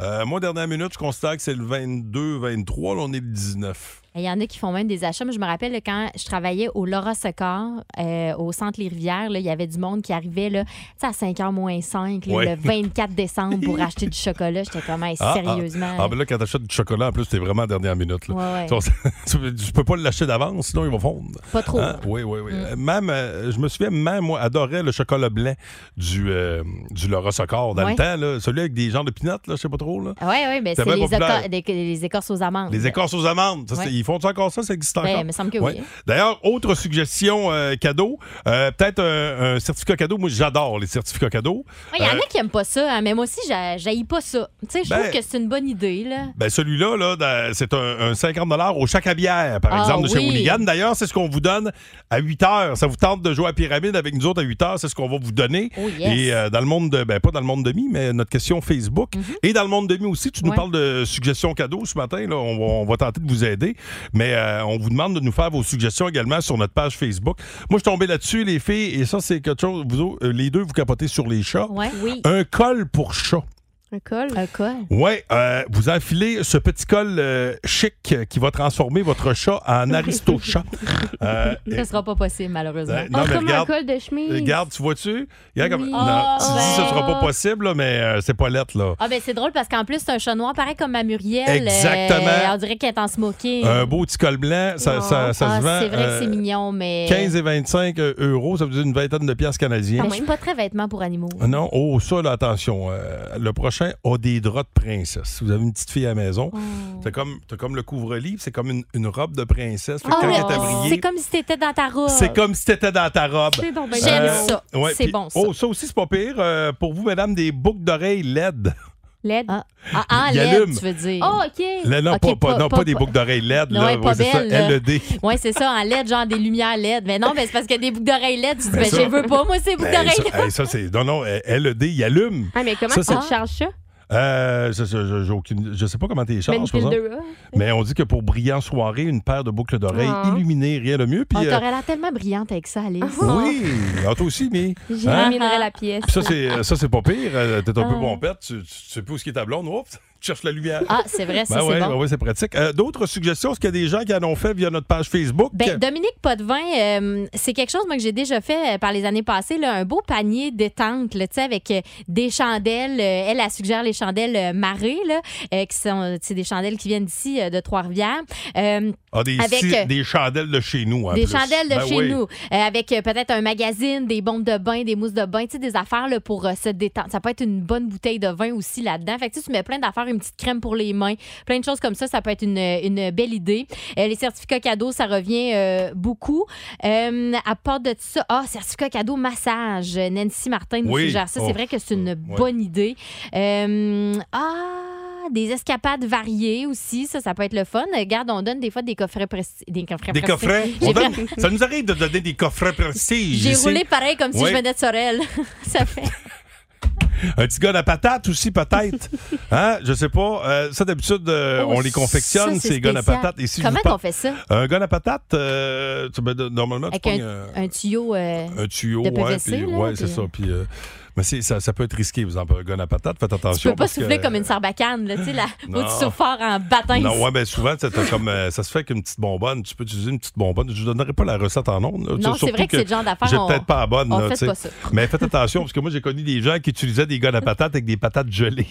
Euh, moi, dernière minute, je constate que c'est le 22, 23. Là, on est le 19.
Il y en a qui font même des achats. Moi, je me rappelle là, quand je travaillais au Laura Secor, euh, au centre Les Rivières, là, il y avait du monde qui arrivait là, tu sais, à 5h moins 5, là,
Ouais.
le 24 décembre, pour acheter du chocolat. J'étais comme, Hey,
Ah,
sérieusement.
Ah, ah, ben là, quand t'achètes du chocolat, en plus, t'es vraiment à la dernière minute. là.
Ouais, ouais.
Tu vois, tu, tu peux pas le lâcher d'avance, sinon il va fondre.
Pas trop. Mm.
Hein? Oui, oui, oui. Euh, Même, euh, je me souviens, même moi, adorais le chocolat blanc du, euh, du Laura Socor dans
Ouais.
le temps, là. celui avec des genres de pinottes, là, je sais pas trop. Là.
Oui, oui, mais
C'était
ben, c'est
bien
les,
populaire.
éco- des- les écorces aux amandes.
Les écorces aux amandes, ça, c'est-
Ouais.
ils font encore ça, ça existe
Ben,
encore.
il me semble que oui.
D'ailleurs, autre suggestion euh, cadeau, euh, peut-être un, un certificat cadeau. Moi, j'adore les certificats cadeaux.
Il y en
Euh,
a qui aiment pas ça, hein, mais moi aussi, j'a- j'haïs pas ça. Tu sais, je
Ben-
trouve que c'est une bonne idée, là.
Ben celui-là, là, dans- c'est un, un 50 au chac à bière, par
Ah,
exemple, de chez
oui.
Hooligan. D'ailleurs, c'est ce qu'on vous donne à 8 heures. Ça vous tente de jouer à Pyramide avec nous autres à 8 heures, c'est ce qu'on va vous donner.
Oh, yes.
Et euh, dans le monde de, ben pas dans le monde de mi, mais notre question Facebook. Et dans le monde de mi aussi, tu nous
Mm-hmm. Ouais.
parles de suggestions cadeaux ce matin. Là, on, va, on va tenter de vous aider. Mais euh, on vous demande de nous faire vos suggestions également sur notre page Facebook. Moi, je suis tombé là-dessus, les filles, et ça, c'est quelque chose. Vous, autres, euh, les deux, vous capotez sur les chats.
Ouais. Oui.
Un col pour chat.
Un col.
Un col.
Oui, euh, vous enfilez ce petit col euh, chic euh, qui va transformer votre chat en aristochat. Euh, et-
Ça sera pas possible, malheureusement.
Euh, non, mais
Ah, comme
regarde,
un col de chemise.
regarde, tu vois-tu? Regarde comme-
Oui.
Non,
Ah,
tu dis que ce
ouais.
sera pas possible, là, mais euh, c'est pas lettre, là.
Ah ben c'est drôle parce qu'en plus c'est un chat noir pareil comme ma Muriel.
Exactement.
Euh, on dirait qu'elle est en smoking.
Un beau petit col blanc, ça, ça- ça
Ah,
se vend.
C'est vrai
euh,
que c'est mignon, mais.
15 et 25 euros, ça veut dire une vingtaine de piastres canadiens.
Ben, je suis pas très vêtements pour animaux.
Ah Non, oh, ça, là, attention. euh, le prochain a des draps de princesse. Si vous avez une petite fille à la maison,
Oh.
t'as comme, t'as comme le couvre-lit, puis c'est comme une, une robe de princesse. Fait que
Ah,
quand
mais
elle est abriée,
c'est comme si t'étais dans ta robe.
c'est comme si t'étais dans ta robe. Euh,
C'est donc bien
J'aime
mignon.
ça.
ouais,
c'est
puis-
bon ça.
Oh, ça aussi, c'est pas pire. Euh, pour vous, mesdames, des boucles d'oreilles LED.
LED.
Ah, ah, en
Il
LED,
allume.
tu veux dire.
Oh, OK.
Là, non,
Ok,
pas, pas-
pas-
non,
pas-
pas des
pas-
boucles d'oreilles LED.
Non,
là,
ouais, pas
c'est ça, E
belle, hein. là.
LED.
Ouais, c'est ça, en LED, genre des lumières LED. Mais non, ben, c'est parce que des boucles d'oreilles LED, tu dis,
Ben,
ben,
ça-
je les veux pas, moi, ces boucles
Ben,
d'oreilles
ça, hey, ça, c'est. Non, non, euh, LED, il allume.
Ah, mais comment
Ça,
tu
ça-
te charges ça?
Euh, ça, ça, je, j'ai aucune- je sais pas comment t'es
Ben, une
charges, par
pile
exemple.
de rats.
Mais on dit que pour briller en soirée, une paire de boucles d'oreilles
Ah.
illuminées, rien de mieux. Puis,
On
euh,
t'aurait Oh, l'air tellement brillante avec ça, Alice.
oui, ah, toi aussi, mais. hein?
J'éliminerais la pièce.
Puis Ça, c'est, ça, c'est pas pire. Euh, T'es un peu
Ah.
bon pète, tu, tu sais plus où est-ce qui est ta blonde. Oups, tu cherches la lumière.
Ah, c'est vrai, ça,
Ben
c'est
ouais,
bon.
ben ouais, c'est pratique. Euh, d'autres suggestions, est-ce qu'il y a des gens qui en ont fait via notre page Facebook?
Ben, Dominique Potvin, euh, c'est quelque chose moi, que j'ai déjà fait euh, par les années passées, là, un beau panier détente, là, tu sais, avec euh, des chandelles. euh, elle, elle suggère les chandelles euh, marées, là, euh, qui sont tu sais, des chandelles qui viennent d'ici, euh, de Trois-Rivières. Euh,
Ah, des,
avec,
ci-
euh,
des chandelles de chez nous. en
des
plus.
chandelles de
Ben
chez
oui.
nous, euh, avec euh, peut-être un magazine, des bombes de bain, des mousses de bain, tu sais, des affaires là, pour euh, se détendre. Ça peut être une bonne bouteille de vin aussi là-dedans. Fait que tu sais, tu mets plein d'affaires, une petite crème pour les mains, plein de choses comme ça, ça peut être une, une belle idée. Euh, les certificats cadeaux, ça revient euh, beaucoup. Euh, à part de ça, ah, certificat cadeau massage. Nancy Martin nous
Oui.
suggère ça.
Oh,
C'est vrai que c'est une
ouais.
bonne idée. Euh, ah! Des escapades variées aussi, ça, ça peut être le fun. Euh, Regarde, on donne des fois des coffrets presti- des coffrets
Des
presti-
coffrets.
J'ai
On
fait-
donne- ça nous arrive de donner des coffrets précis.
j'ai roulé pareil comme si
Ouais.
je venais de Sorel. ça fait.
Un petit gars de patate aussi, peut-être. Hein? Je sais pas. Euh, ça, d'habitude, euh,
Oh,
on les confectionne,
ça, c'est
ces gars de
spécial.
patate. Et si je
Comment
vous parle-
on fait ça?
Un gars à patate, euh, tu, ben, de- normalement, tu
Avec
pognes
un,
euh,
un tuyau. euh,
un, tuyau.
de
ouais,
PVC,
puis-
là,
ouais,
puis-
c'est ça. Puis, euh, mais c'est- ça, ça peut être risqué, vous en un gun à patate. Faites attention.
Tu peux pas
parce que- euh,
souffler comme une sarbacane, là, tu sais, la où
Non.
tu souffles fort en battant.
Non, ouais, ben souvent, t'as- t'as comme, euh, ça se fait qu'une petite bonbonne. Tu peux utiliser une petite bonbonne. Je ne donnerai pas la recette en ondes. là.
Non,
Tu sais,
c'est
surtout
vrai que c'est le genre d'affaire,
J'ai
on-
peut-être pas la bonne.
on
là,
fait
tu sais.
pas ça.
Mais faites attention, parce que moi, j'ai connu des gens qui utilisaient des gones à patates avec des patates gelées.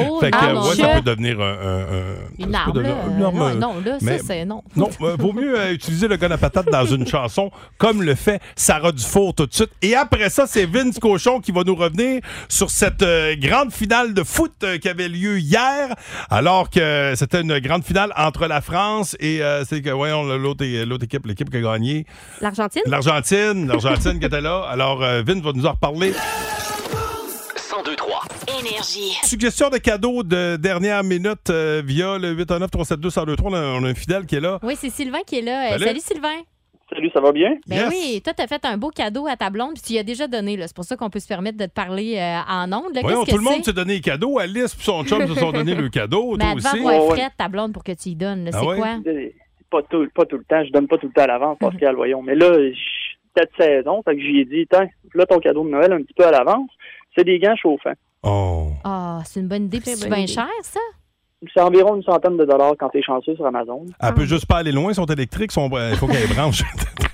Oh,
fait que,
ah,
euh,
mon
ouais, ça
Dieu.
peut devenir un. un- un-
Une
ça
arme,
peut
là,
devenir- une
euh,
arme,
non,
euh,
non, là, ça,
mais-
c'est non.
Non, euh, vaut mieux euh, utiliser le gun à patate dans une chanson, comme le fait Sarah Dufour tout de suite. Et après ça, c'est Vince Cochon qui va nous revenir sur cette euh, grande finale de foot euh, qui avait lieu hier, alors que c'était une grande finale entre la France et euh, c'est que, voyons, l'autre é- l'autre équipe, l'équipe qui a gagné.
L'Argentine?
L'Argentine, l'Argentine qui était là. Alors, euh, Vince va nous en reparler.
1023.
Énergie.
Suggestion de cadeau de dernière minute euh, via le 819 372 1023 On a- on a un fidèle qui est là.
Oui, c'est Sylvain qui est là. Euh,
Salut.
salut Sylvain.
Salut, ça va bien?
Ben oui, toi, t'as fait un beau cadeau à ta blonde, puis tu y as déjà donné. là. C'est pour ça qu'on peut se permettre de te parler euh, en ondes. là.
Voyons,
Qu'est-ce que
tout le monde
c'est?
s'est donné les cadeaux. Alice et son chum se sont donné le cadeau.
Mais
Toi
elle devait
aussi.
avoir Fred, ta blonde, pour que tu y donnes. là.
Ah
c'est
ouais?
quoi?
Pas tout, pas tout le temps. Je donne pas tout le temps à l'avance, Pascal, voyons. Mais là, je- cette saison, fait que j'y ai dit, tiens, là, ton cadeau de Noël un petit peu à l'avance, c'est des gants chauffants.
Oh,
Ah, c'est une bonne idée, puis c'est
bonne
bien
idée.
cher, ça?
C'est environ une centaine de dollars quand t'es chanceux sur Amazon.
Elle
Ah.
peut juste pas aller loin, ils sont électriques, sont- euh, il faut qu'elle branche.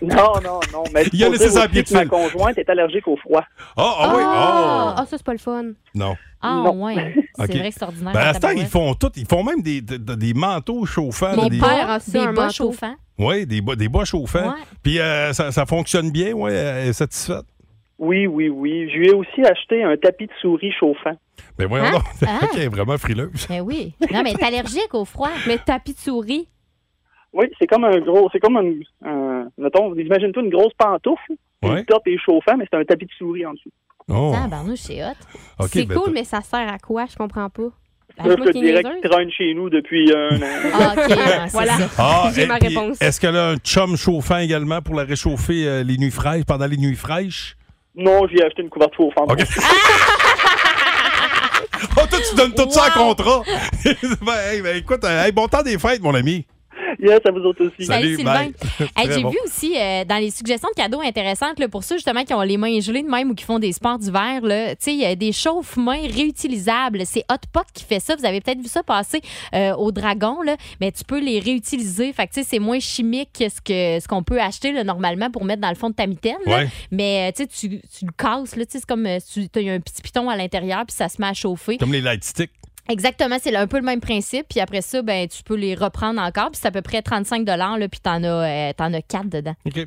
Non, non, non. Mais
Il a
faut
laissé
dire
ça à
aussi
pied de
que Ma
fil.
conjointe est allergique au froid.
Ah, ah oui,
Ah,
ah!
ah, ça, c'est pas le fun.
Non.
Ah,
Non.
ouais. C'est
OK.
vrai que c'est ordinaire.
Ben,
en
à ce temps, ils
tabarouette.
font tout. Ils font même des, des, des manteaux chauffants. là,
Mon
des,
père a
ça,
des
un
bas
manteau.
chauffants.
Oui, des, bas- des bas chauffants.
Ouais.
Puis euh, ça, ça fonctionne bien, oui, elle est satisfaite.
Oui, oui, oui. Je lui ai aussi acheté un tapis de souris chauffant.
Mais voyons
Hein?
donc,
Hein?
elle est vraiment frileuse.
Ben oui. Non, mais t'es allergique au froid.
Mais tapis de souris.
Oui, c'est comme un gros, c'est comme un, un- mettons, imagine-toi une grosse pantoufle.
Ouais.
Le top est chauffant, mais c'est un tapis de souris en dessous.
Oh,
Ah, ben nous, c'est hot.
OK,
c'est
ben,
cool, mais ça sert à quoi? Je comprends pas.
Ça, je te dirais qu'il traîne chez nous depuis un an.
Ah, OK, ouais, c'est
Voilà.
ça.
Ah,
J'ai
et
ma
puis,
réponse.
Est-ce qu'elle a un chum chauffant également pour la réchauffer euh, les nuits fraîches, pendant les nuits fraîches?
Non, j'ai acheté une couverture aux femmes.
OK. Oh, toi, tu donnes tout ça en contrat! ben, hey, ben, écoute, euh, hey, bon temps des fêtes, mon ami!
Yes, à vous autres aussi.
Salut, Sylvain.
bye.
Hey,
Très
J'ai
bon.
vu aussi euh, dans les suggestions de cadeaux intéressantes là, pour ceux justement qui ont les mains gelées de même ou qui font des sports d'hiver, là, tu sais, il y a des chauffe-mains réutilisables. C'est Hot Pot qui fait ça. Vous avez peut-être vu ça passer euh, au Dragon, là, mais tu peux les réutiliser. Fait que tu sais, c'est moins chimique que ce que ce qu'on peut acheter là, normalement pour mettre dans le fond de ta mitaine. là.
Ouais.
Mais euh, tu sais, tu tu le casses. là, tu sais, C'est comme euh, si tu as un petit piton à l'intérieur puis ça se met à chauffer.
Comme les light sticks.
Exactement, c'est un peu le même principe. Puis après ça, ben, tu peux les reprendre encore. Puis c'est à peu près 35 là, puis t'en as, euh, t'en as 4 dedans.
OK.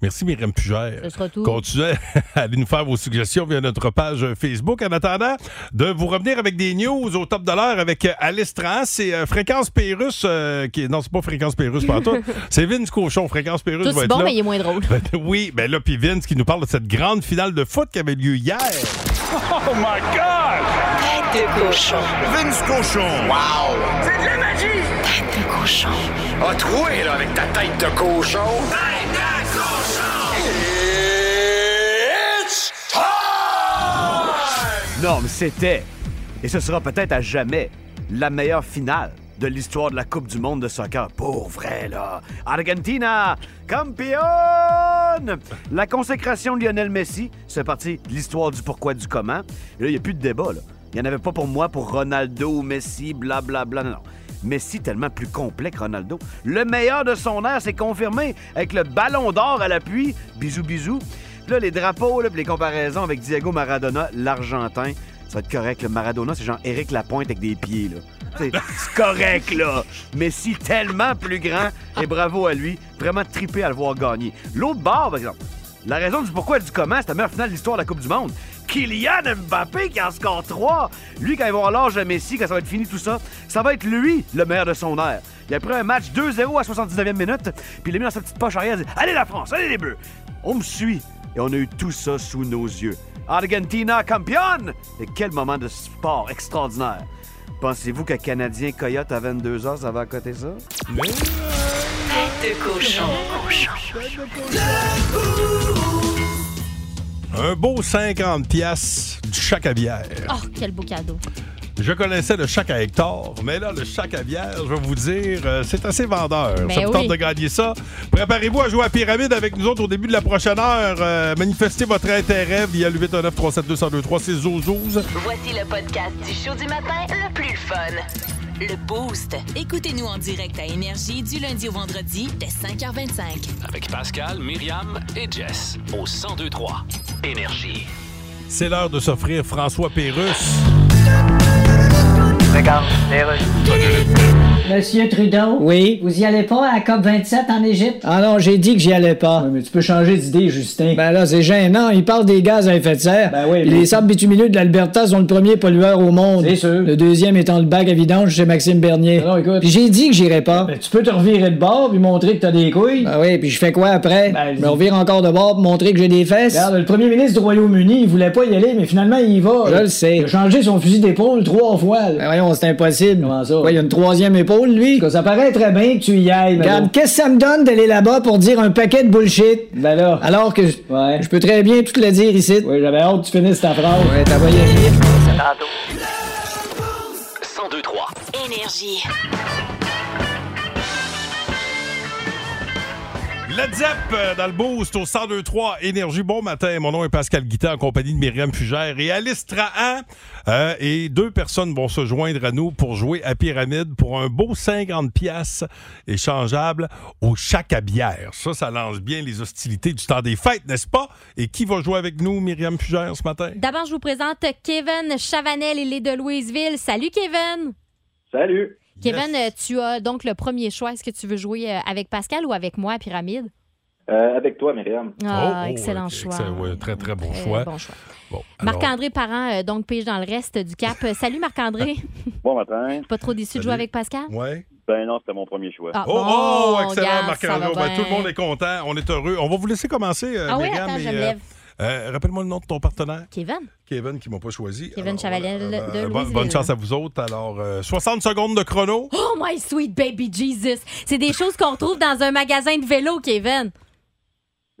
Merci, Myriam Pugère.
Ce sera tout.
Continuez à aller nous faire vos suggestions via notre page Facebook. En attendant de vous revenir avec des news au top de l'heure avec euh, Alice Trans et euh, Fréquence Pérus. euh, qui est- Non, c'est pas Fréquence Pérus, pas tout. C'est Vince Cochon. Fréquence Pérus
Tout
va
c'est
être
bon,
là.
mais il est moins drôle.
Ben, oui, ben là, puis Vince qui nous parle de cette grande finale de foot qui avait lieu hier.
Oh my God! Tête de cochon. Vince cochon. Wow! C'est de la magie! Tête de cochon. A troué, là, avec ta tête de cochon. Tête de cochon! It's
Non, mais c'était, et ce sera peut-être à jamais, la meilleure finale de l'histoire de la Coupe du Monde de soccer. Pour vrai, là. Argentina, campione! La consécration de Lionel Messi, c'est parti de l'histoire du pourquoi du comment. Et là, il n'y a plus de débat, là. Il n'y en avait pas pour moi, pour Ronaldo ou Messi, blablabla. Non, non. Messi, tellement plus complet que Ronaldo. Le meilleur de son air, c'est confirmé, avec le ballon d'or à l'appui. Bisous, bisous. Puis là, les drapeaux, là, puis les comparaisons avec Diego Maradona, l'Argentin, ça va être correct. Le Maradona, c'est genre Eric Lapointe avec des pieds, là. C'est c'est correct, là. Messi, tellement plus grand, et bravo à lui. Vraiment trippé à le voir gagner. L'autre bord, par exemple. La raison du pourquoi et du comment, c'est la meilleure finale de l'histoire de la Coupe du Monde. Kylian Mbappé qui en score 3. Lui, quand il va avoir l'âge de Messi, quand ça va être fini tout ça, ça va être lui le meilleur de son air. Il a pris un match 2-0 à 79e minute, puis il l'a mis dans sa petite poche arrière, il a dit Allez la France, allez les Bleus On me suit. Et on a eu tout ça sous nos yeux. Argentina campione Et quel moment de sport extraordinaire Pensez-vous qu'un Canadien Coyote à 22h, ça va à côté ça?
Tête de cochon.
Un beau 50 pièces du chac à bière.
Oh, quel beau cadeau.
Je connaissais le chac à Hector, mais là, le chac à bière, je vais vous dire, euh, c'est assez vendeur.
Ben
ça me tente
oui.
de gagner ça. Préparez-vous à jouer à Pyramide avec nous autres au début de la prochaine heure. Euh, manifestez votre intérêt via le 819 372 1023 c'est Zozouz.
Voici le podcast du show du matin le plus fun. Le Boost. Écoutez-nous en direct à Énergie du lundi au vendredi dès 5h25.
Avec Pascal, Myriam et Jess au 1023 Énergie.
C'est l'heure de s'offrir François Pérusse.
Monsieur Trudeau. Oui. Vous y allez pas à la COP27 en Égypte? Ah non, j'ai dit que j'y allais pas. mais tu peux changer d'idée, Justin. Ben là, c'est gênant. Il parle des gaz à effet de serre. Ben oui. Les sables bitumineux de l'Alberta sont le premier pollueur au monde. C'est sûr. Le deuxième étant le bac à vidange chez Maxime Bernier. Non, écoute. Puis j'ai dit que j'irais pas. Ben tu peux te revirer de bord puis montrer que t'as des couilles. Ben oui, puis je fais quoi après? Ben, je me revire encore de bord pour montrer que j'ai des fesses. Regarde, le premier ministre du Royaume-Uni, il voulait pas y aller, mais finalement, il y va. Je le sais. Il a changé son fusil d'épaule trois fois. Ben voyons, c'est impossible. Comment ça? il y a une troisième épaule, lui. ça paraît très bien que tu y ailles. Regarde, qu'est-ce que ça me donne d'aller là-bas pour dire un paquet de bullshit? Ben là. Alors que je peux très bien tout le dire ici. Oui, j'avais hâte que tu finisses ta phrase. Ouais, t'as voyé.
1023
Énergie.
La Zepp euh, dans le boost au 1023 Énergie. Bon matin, mon nom est Pascal Guitard en compagnie de Myriam Fugère et Alice Trahan. Euh, et deux personnes vont se joindre à nous pour jouer à Pyramide pour un beau 50 pièces échangeable au chac à bière. Ça, ça lance bien les hostilités du temps des fêtes, n'est-ce pas? Et qui va jouer avec nous, Myriam Fugère, ce matin?
D'abord, je vous présente Kevin Chavanel, il est de Louisville. Salut, Kevin.
Salut.
Kevin, euh, tu as donc le premier choix. Est-ce que tu veux jouer euh, avec Pascal ou avec moi à Pyramide?
Euh, avec toi, Myriam.
Oh,
Ah, excellent choix.
ouais, très, très bon
Très
choix.
bon choix.
Bon, alors,
Marc-André Parent, euh, donc pige dans le reste du Cap. Euh, Salut, Marc-André.
Bon matin.
Pas trop déçu de jouer avec Pascal?
Ouais.
Ben non, c'était mon premier choix.
Ah,
Oh, oh, excellent,
regarde,
Marc-André.
ça va
Ben,
bien.
tout le monde est content. On est heureux. On va vous laisser commencer, euh,
Ah oui,
Myriam,
attends,
et,
je me
euh,
lève.
euh, Rappelle-moi le nom de ton partenaire.
Kevin.
Kevin qui m'a pas choisi.
Kevin Chavanel
Alors,
de
euh, bonne,
Louisville.
bonne chance à vous autres. Alors, euh, 60 secondes de chrono.
Oh my sweet baby Jesus! C'est des choses qu'on retrouve dans un magasin de vélo, Kevin.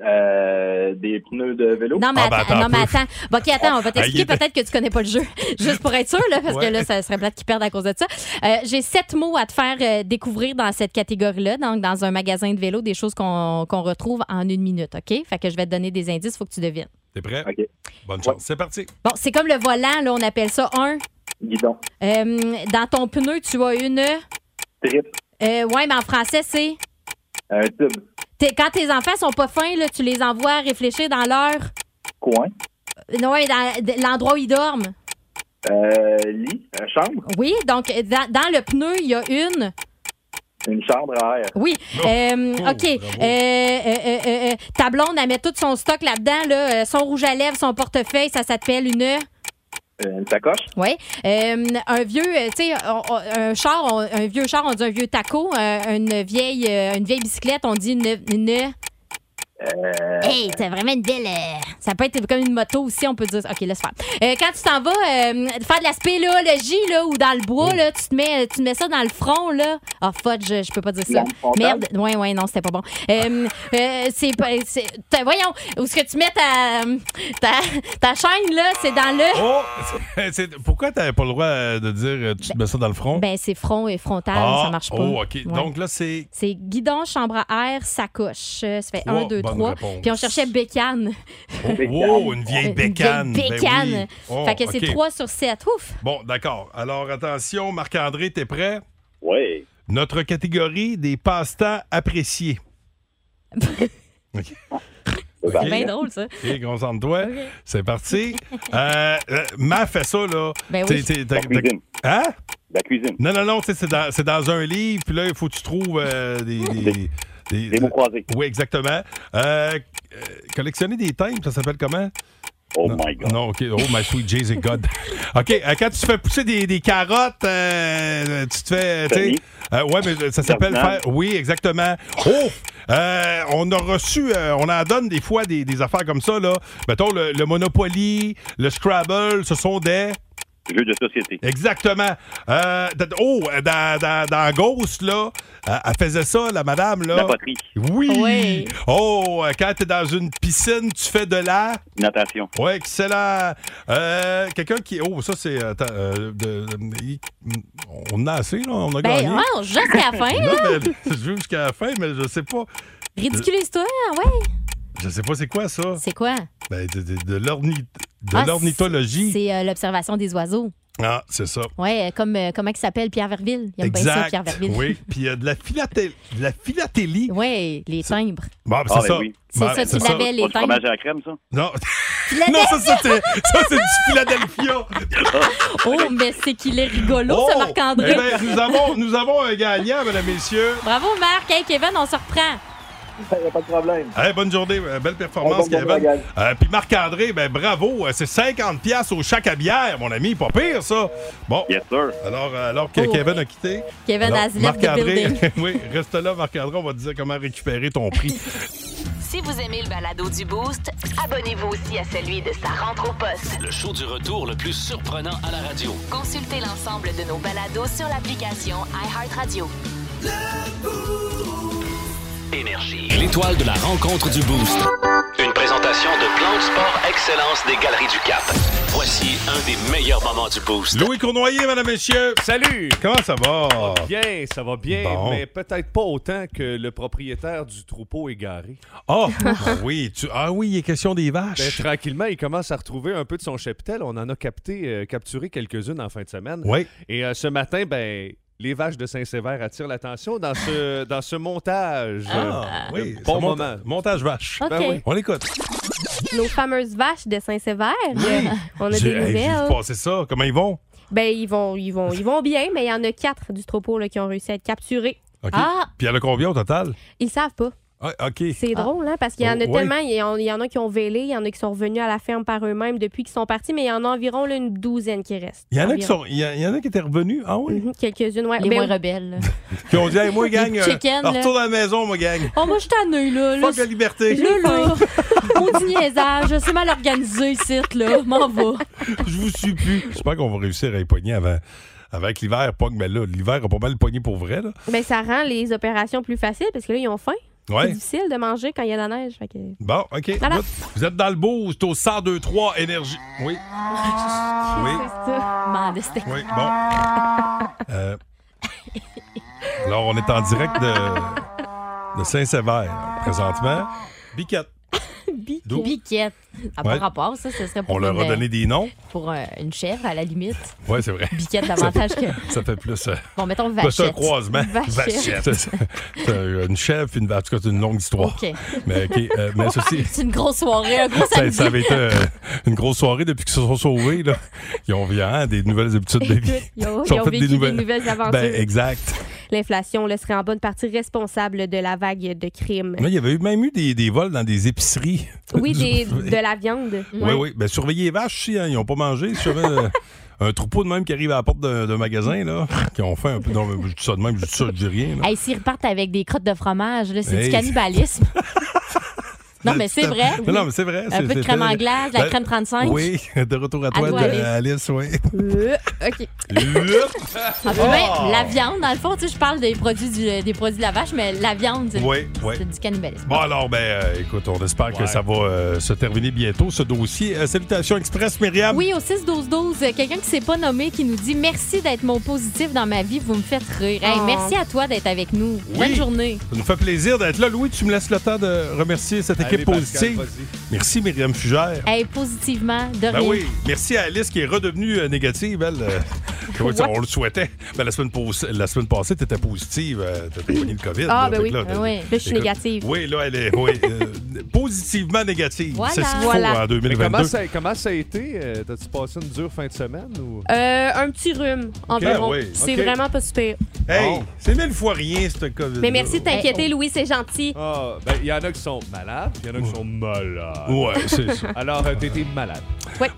Euh, des pneus de vélo.
Non, mais
Ah, ben,
attends. non,
un
mais
peu.
attends. Bon, OK, attends, on va
Ah, il
t'expliquer
était-
peut-être que tu connais pas le jeu. Juste pour être sûr, là, parce
Ouais.
que là, ça serait plate qu'ils perdent à cause de ça. Euh, J'ai sept mots à te faire euh, découvrir dans cette catégorie-là. Donc, dans un magasin de vélo, des choses qu'on qu'on retrouve en une minute, OK? Fait que je vais te donner des indices, faut que tu devines.
T'es prêt? Bonne chance. C'est parti.
Bon, c'est comme le volant, là, on appelle ça un.
Guidon.
Euh, dans ton pneu, tu as une.
Trip.
Euh, ouais, mais en français, c'est.
Un tube.
t'es- Quand tes enfants sont pas fins, là, tu les envoies réfléchir dans leur.
Coin.
Non, ouais, dans de- l'endroit où ils dorment.
Euh, lit. Euh, chambre.
Oui, donc euh, dans, dans le pneu, il y a une.
Une chambre à air.
Oui. Euh,
Oh,
OK. Euh, euh, euh, euh, euh, ta blonde, elle met tout son stock là-dedans, là, euh, son rouge à lèvres, son portefeuille, ça s'appelle une.
Euh, une sacoche.
Oui. Euh, un vieux, euh, tu sais, on- on- un char, on- un vieux char, on dit un vieux taco, euh, une vieille, euh, une vieille bicyclette, on dit une. une...
Euh,
Hey, t'as vraiment une belle. euh, Ça peut être comme une moto aussi, on peut dire. OK, laisse faire. Euh, quand tu t'en vas euh, faire de la spéléologie là, ou dans le bois, là, tu, te mets, euh, tu te mets ça dans le front. là. Ah, fudge, je, je peux pas dire ça.
Lampe frontale.
Merde. Ouais, ouais, non, c'était pas bon. Euh, euh, c'est pas. c'est- t'as- Voyons, où est-ce que tu mets ta, ta, ta chaîne, là? C'est dans le.
Oh! C'est- pourquoi t'avais pas le droit euh, de dire euh, tu te mets ça dans le front?
Ben, c'est front et frontal, ça marche pas.
Oh, OK.
Ouais.
Donc là, c'est.
C'est guidon, chambre à air, sacoche. Euh, Ça fait
Trois
1, 2,
bonnes
3.
réponses.
Puis on cherchait bécane.
Oh, wow, une vieille
Une vieille
bécane. Ben
bécane.
oui. Oh,
fait que c'est
OK.
3 sur 7. Ouf!
Bon, d'accord. Alors, attention, Marc-André, t'es prêt?
Oui.
Notre catégorie des passe-temps appréciés. OK.
C'est
OK.
bien drôle, ça.
OK, concentre-toi. C'est parti. Euh, euh, Ma fait ça, là.
Ben
T'es-
oui.
t'es-
La
t'es-
cuisine.
Hein?
La cuisine.
Non, non, non, tu sais, c'est dans, c'est dans un livre, puis là, il faut que tu trouves euh, des, des, mots
croisés.
Oui, exactement. Euh, euh, collectionner des thèmes, ça s'appelle comment?
Oh
my God. Non, OK. Oh my sweet Jesus God. OK. euh, quand tu te fais pousser des, des carottes, euh, tu te fais. tu sais,
Semis.
euh, ouais, mais ça s'appelle
Jardinage.
faire. Oui, exactement. Oh! Euh, on a reçu, euh, on en donne des fois des, des affaires comme ça, là. Mettons, le, le Monopoly, le Scrabble, ce sont des.
Jeux de société.
Exactement. Euh, d- oh, dans, dans, dans Ghost, là, euh, elle faisait ça, la madame, là.
La poterie.
Oui. Oh, euh, quand t'es dans une piscine, tu fais de la...
Natation.
Oui, excellent. Euh, Quelqu'un qui... Oh, ça, c'est... attends, euh, de- de- on a assez, là. On a
Ben,
gagné.
ouais, jusqu'à la fin, là.
ben, je joue jusqu'à la fin, mais je sais pas.
Ridiculise-toi, ah ouais.
Je sais pas c'est quoi, ça.
C'est quoi?
Ben, de de- de l'orni- de
Ah,
l'ornithologie.
C'est euh, l'observation des oiseaux.
ah, c'est ça.
Ouais, euh, comme euh, comment il s'appelle Pierre Verville. Il aime bien ça, Pierre Verville.
Oui, puis il y a de la, philatél- de la philatélie.
Oui, les timbres.
Bon, ben, c'est
Ah, ben
ça.
oui.
Ah, C'est ça, tu l'avais, les
Pas du
timbres.
fromage à la crème, ça?
Non. non, ça, ça, c'est ça, c'est du Philadelphia.
Oh, mais c'est qu'il est rigolo,
Oh!
ce Marc-André.
Eh ben, nous, avons, nous avons un gagnant, mesdames, messieurs.
Bravo, Marc. Hey, Kevin, on se reprend.
pas de problème.
Eh, bonne journée, euh, belle performance,
Ouais, bonne journée,
Kevin. Euh, Puis Marc-André, ben bravo, euh, c'est 50 pièces au chac à bière, mon ami, pas pire ça. Bon. Alors, euh, alors que
Oh.
Kevin a quitté.
Kevin
alors,
has left the
Marc-André,
building.
oui, reste là, Marc-André, on va te dire comment récupérer ton prix.
Si vous aimez le balado du Boost, abonnez-vous aussi à celui de sa rentre au poste.
Le show du retour le plus surprenant à la radio.
Consultez l'ensemble de nos balados sur l'application iHeartRadio.
Énergie. L'étoile de la rencontre du Boost. Une présentation de Plan de Sport Excellence des Galeries du Cap. Voici un des meilleurs moments du Boost.
Louis Cournoyer, mesdames, messieurs.
Salut.
Comment ça va?
Bien, ça va bien,
Bon.
mais peut-être pas autant que le propriétaire du troupeau égaré.
Ah, oui, tu- ah oui, il est question des vaches.
Ben, tranquillement, il commence à retrouver un peu de son cheptel. On en a capté, euh, capturé quelques-unes en fin de semaine.
Oui.
Et euh, ce matin, ben, les vaches de Saint-Sévère attirent l'attention dans ce, dans ce montage.
Ah,
Euh,
oui,
bon
ce monta-
moment.
Montage vache.
OK.
Ben oui.
On l'écoute.
Nos fameuses vaches de Saint-Sévère. Euh, On a des
J'ai- hey, j'ai vu
nouvelles.
passer ça. Comment ils vont?
Ben, ils vont, ils, vont, ils vont bien, mais il y en a quatre du troupeau là, qui ont réussi à être capturés.
OK.
Ah!
Puis il y en a combien au total?
Ils savent pas.
Ah, OK.
C'est drôle, hein, parce qu'il y en a
Oh, ouais.
tellement. Il y en, il y en a qui ont vélé, il y en a qui sont revenus à la ferme par eux-mêmes depuis qu'ils sont partis, mais il y en a environ là, une douzaine qui restent.
Il y en a qui
Environ.
sont. Il y, a- il y en a qui étaient revenus. Ah oui.
Mhm, Quelques-unes, ouais.
Les
Ben,
moins rebelles.
Qui ont dit, hey, moi, gang,
Les
euh,
chickens,
retourne
là.
à la maison, moi, gang.
Oh, moi, je t'en ai, là. là
Fuck la liberté.
Là, là. Maudit niaisage. C'est mal organisé, ici, là. M'en va.
Je vous suis plus. J'espère qu'on va réussir à les pogner avant. Avec l'hiver, pogne, mais là, l'hiver a pas mal pogné pour vrai, là.
ben, ça rend les opérations plus faciles parce que là, ils ont faim.
Ouais.
C'est difficile de manger quand il y a de la neige. fait que-
Bon, OK.
Voilà.
good. Vous êtes dans le boost au 1023 Énergie. Oui.
Ah,
Oui.
Merde, c'était-
Oui, bon. Euh, alors, on est en direct de, de Saint-Sévère, présentement. Biquette. D'où?
Biquette. À
Ouais.
pas rapport, ça, ce serait pour
On leur a
une-
donné des noms.
Pour euh, une chèvre, à la limite.
Oui, c'est vrai.
Biquette, davantage
Ça
que.
fait- Ça fait plus. euh,
Bon, mettons
pas
vachette.
ça, un croisement.
Vachette.
C'est- c'est- c'est une chèvre, puis une vache. En tout cas, c'est une longue histoire.
OK.
Mais, OK, euh, mais ceci.
C'est une grosse soirée, un gros
Ça,
samedi.
ça avait été euh, une grosse soirée depuis qu'ils se sont sauvés. Là. Ils ont vu hein, des nouvelles habitudes de vie.
Écoute, ils ont-
Ils ont
ils ont
fait
vécu des nouvelles aventures.
Ben, exact.
L'inflation là, serait en bonne partie responsable de la vague de crimes.
Là, il y avait eu- même eu des, des vols dans des épiceries.
Oui,
Du-
des- de la viande.
Oui, oui. Ben, surveillez les vaches, si, hein, ils n'ont pas mangé. Si jamais, euh, un troupeau de même qui arrive à la porte d'un d'un magasin, là, qui ont fait un peu. Non, mais je dis ça de même, je dis ça, je dis rien. là.
Hey, s'ils repartent avec des crottes de fromage, là, c'est
Hey.
du cannibalisme. non, mais c'est vrai.
Non, non, mais c'est vrai.
Un
c'est-
peu de
c'est
crème
très-
en glace, de la
Ben,
crème 35.
Oui, de retour à
À
toi,
toi,
de-
Alice.
Alice. oui.
Euh, OK.
Ah, puis ben, la viande, dans le fond, tu sais, je parle des produits, du- des produits de la vache, mais la viande, c'est
Oui, oui.
c'est du cannibalisme.
Bon, alors, ben, euh, écoute, on espère que ça va euh, se terminer bientôt, ce dossier. Euh, salutations express, Myriam.
Oui, au 6-12-12, euh, quelqu'un qui s'est pas nommé qui nous dit Merci d'être mon positif dans ma vie, vous me faites rire. Hey,
Oh.
Merci à toi d'être avec nous.
Oui.
Bonne journée.
Ça nous fait plaisir d'être là. Louis, tu me laisses le temps de remercier cette
Allez,
équipe
Pascal,
positive. Merci, Myriam Fugère.
Hey, positivement, de
Ben
rien.
oui, merci à Alice qui est redevenue euh, négative, elle. euh, comment dire, on le souhaitait. Ben, la, semaine pos- la semaine passée, t'étais positive. euh, T'as pogné le COVID.
Ah,
là,
ben
fait
oui.
que
Ah oui. Là, je suis
écoute,
négative.
Oui, là, elle est oui, euh, positivement négative.
Voilà.
C'est ce qu'il faut
Voilà.
en
Mais
2022.
comment, ça, comment ça a été? Euh, T'as-tu passé une dure fin de semaine? Ou...
Euh, un petit rhume environ.
oui,
C'est
ok.
vraiment pas super.
Hey, c'est mille fois rien, ce COVID.
Mais merci de t'inquiéter,
oh.
Louis, c'est gentil.
Ah, ben, il y en a qui sont malades, il y en a qui sont malades.
Ouais, c'est ça.
Alors, euh, t'étais malade.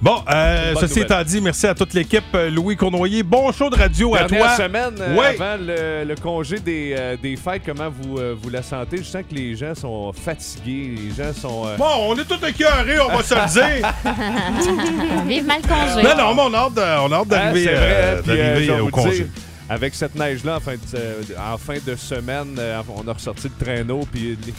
Bon, euh,
Bonne
ceci
nouvelle.
étant dit, merci à toute l'équipe. Euh, Louis Cournoyer, bon show de radio
Dernière
à toi.
semaine euh,
Ouais.
avant le, le congé des, euh, des fêtes, comment vous, euh, vous la sentez? Je sens que les gens sont fatigués, les gens sont... euh,
Bon, on est tous écœurés, on va se le dire.
Ah, Vive mal congé.
Non, non, mais on a hâte de- on a hâte
Ah,
d'arriver
c'est vrai, hein,
euh,
puis, euh,
d'arriver,
je vais
euh,
vous
au
le
congé.
dire, Avec cette neige-là, en, fin de- euh, en fin de semaine, euh, on a ressorti le traîneau, puis... les-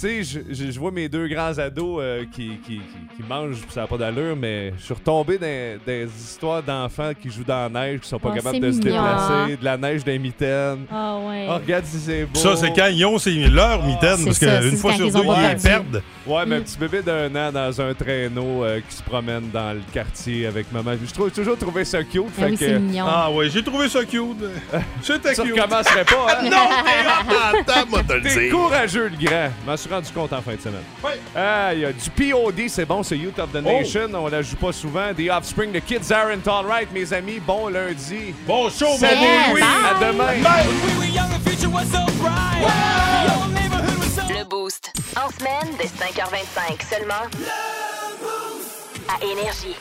Tu sais, je, je- je vois mes deux grands ados euh, qui, qui, qui- qui mangent, puis ça n'a pas d'allure, mais je suis retombé dans dans des histoires d'enfants qui jouent dans la neige, qui sont pas
Oh,
capables
c'est
de se
mignon.
déplacer, de la neige des mitaines.
Ah ouais.
Oh, regarde si c'est beau.
Puis Ça, c'est quand ils ont c'est leur mitaine,
Ah, c'est
parce
ça,
qu'une
c'est
fois
quand
sur
ils ont
deux,
pas
ils les
perdu.
perdent.
Ouais, mais un petit bébé d'un an dans un traîneau euh, qui se promène dans le quartier avec maman. Je trouve j'ai toujours trouvé ça cute. fait que-
Ah ouais, j'ai trouvé ça cute. C'était
Tu
cute.
recommencerais pas, hein?
non, t'es hâte à temps, moi, te le
T'es
dire.
courageux, le grand. Je m'en suis rendu compte en fin de semaine.
Oui.
du POD, c'est bon, c'est Youth of the Nation. On la joue pas souvent. The Offspring, The Kids Aren't Alright, mes amis. Bon lundi.
Bon show,
Salut,
man.
oui.
Bye.
À demain.
Le Boost. En semaine, dès 5h25 seulement. À Énergie.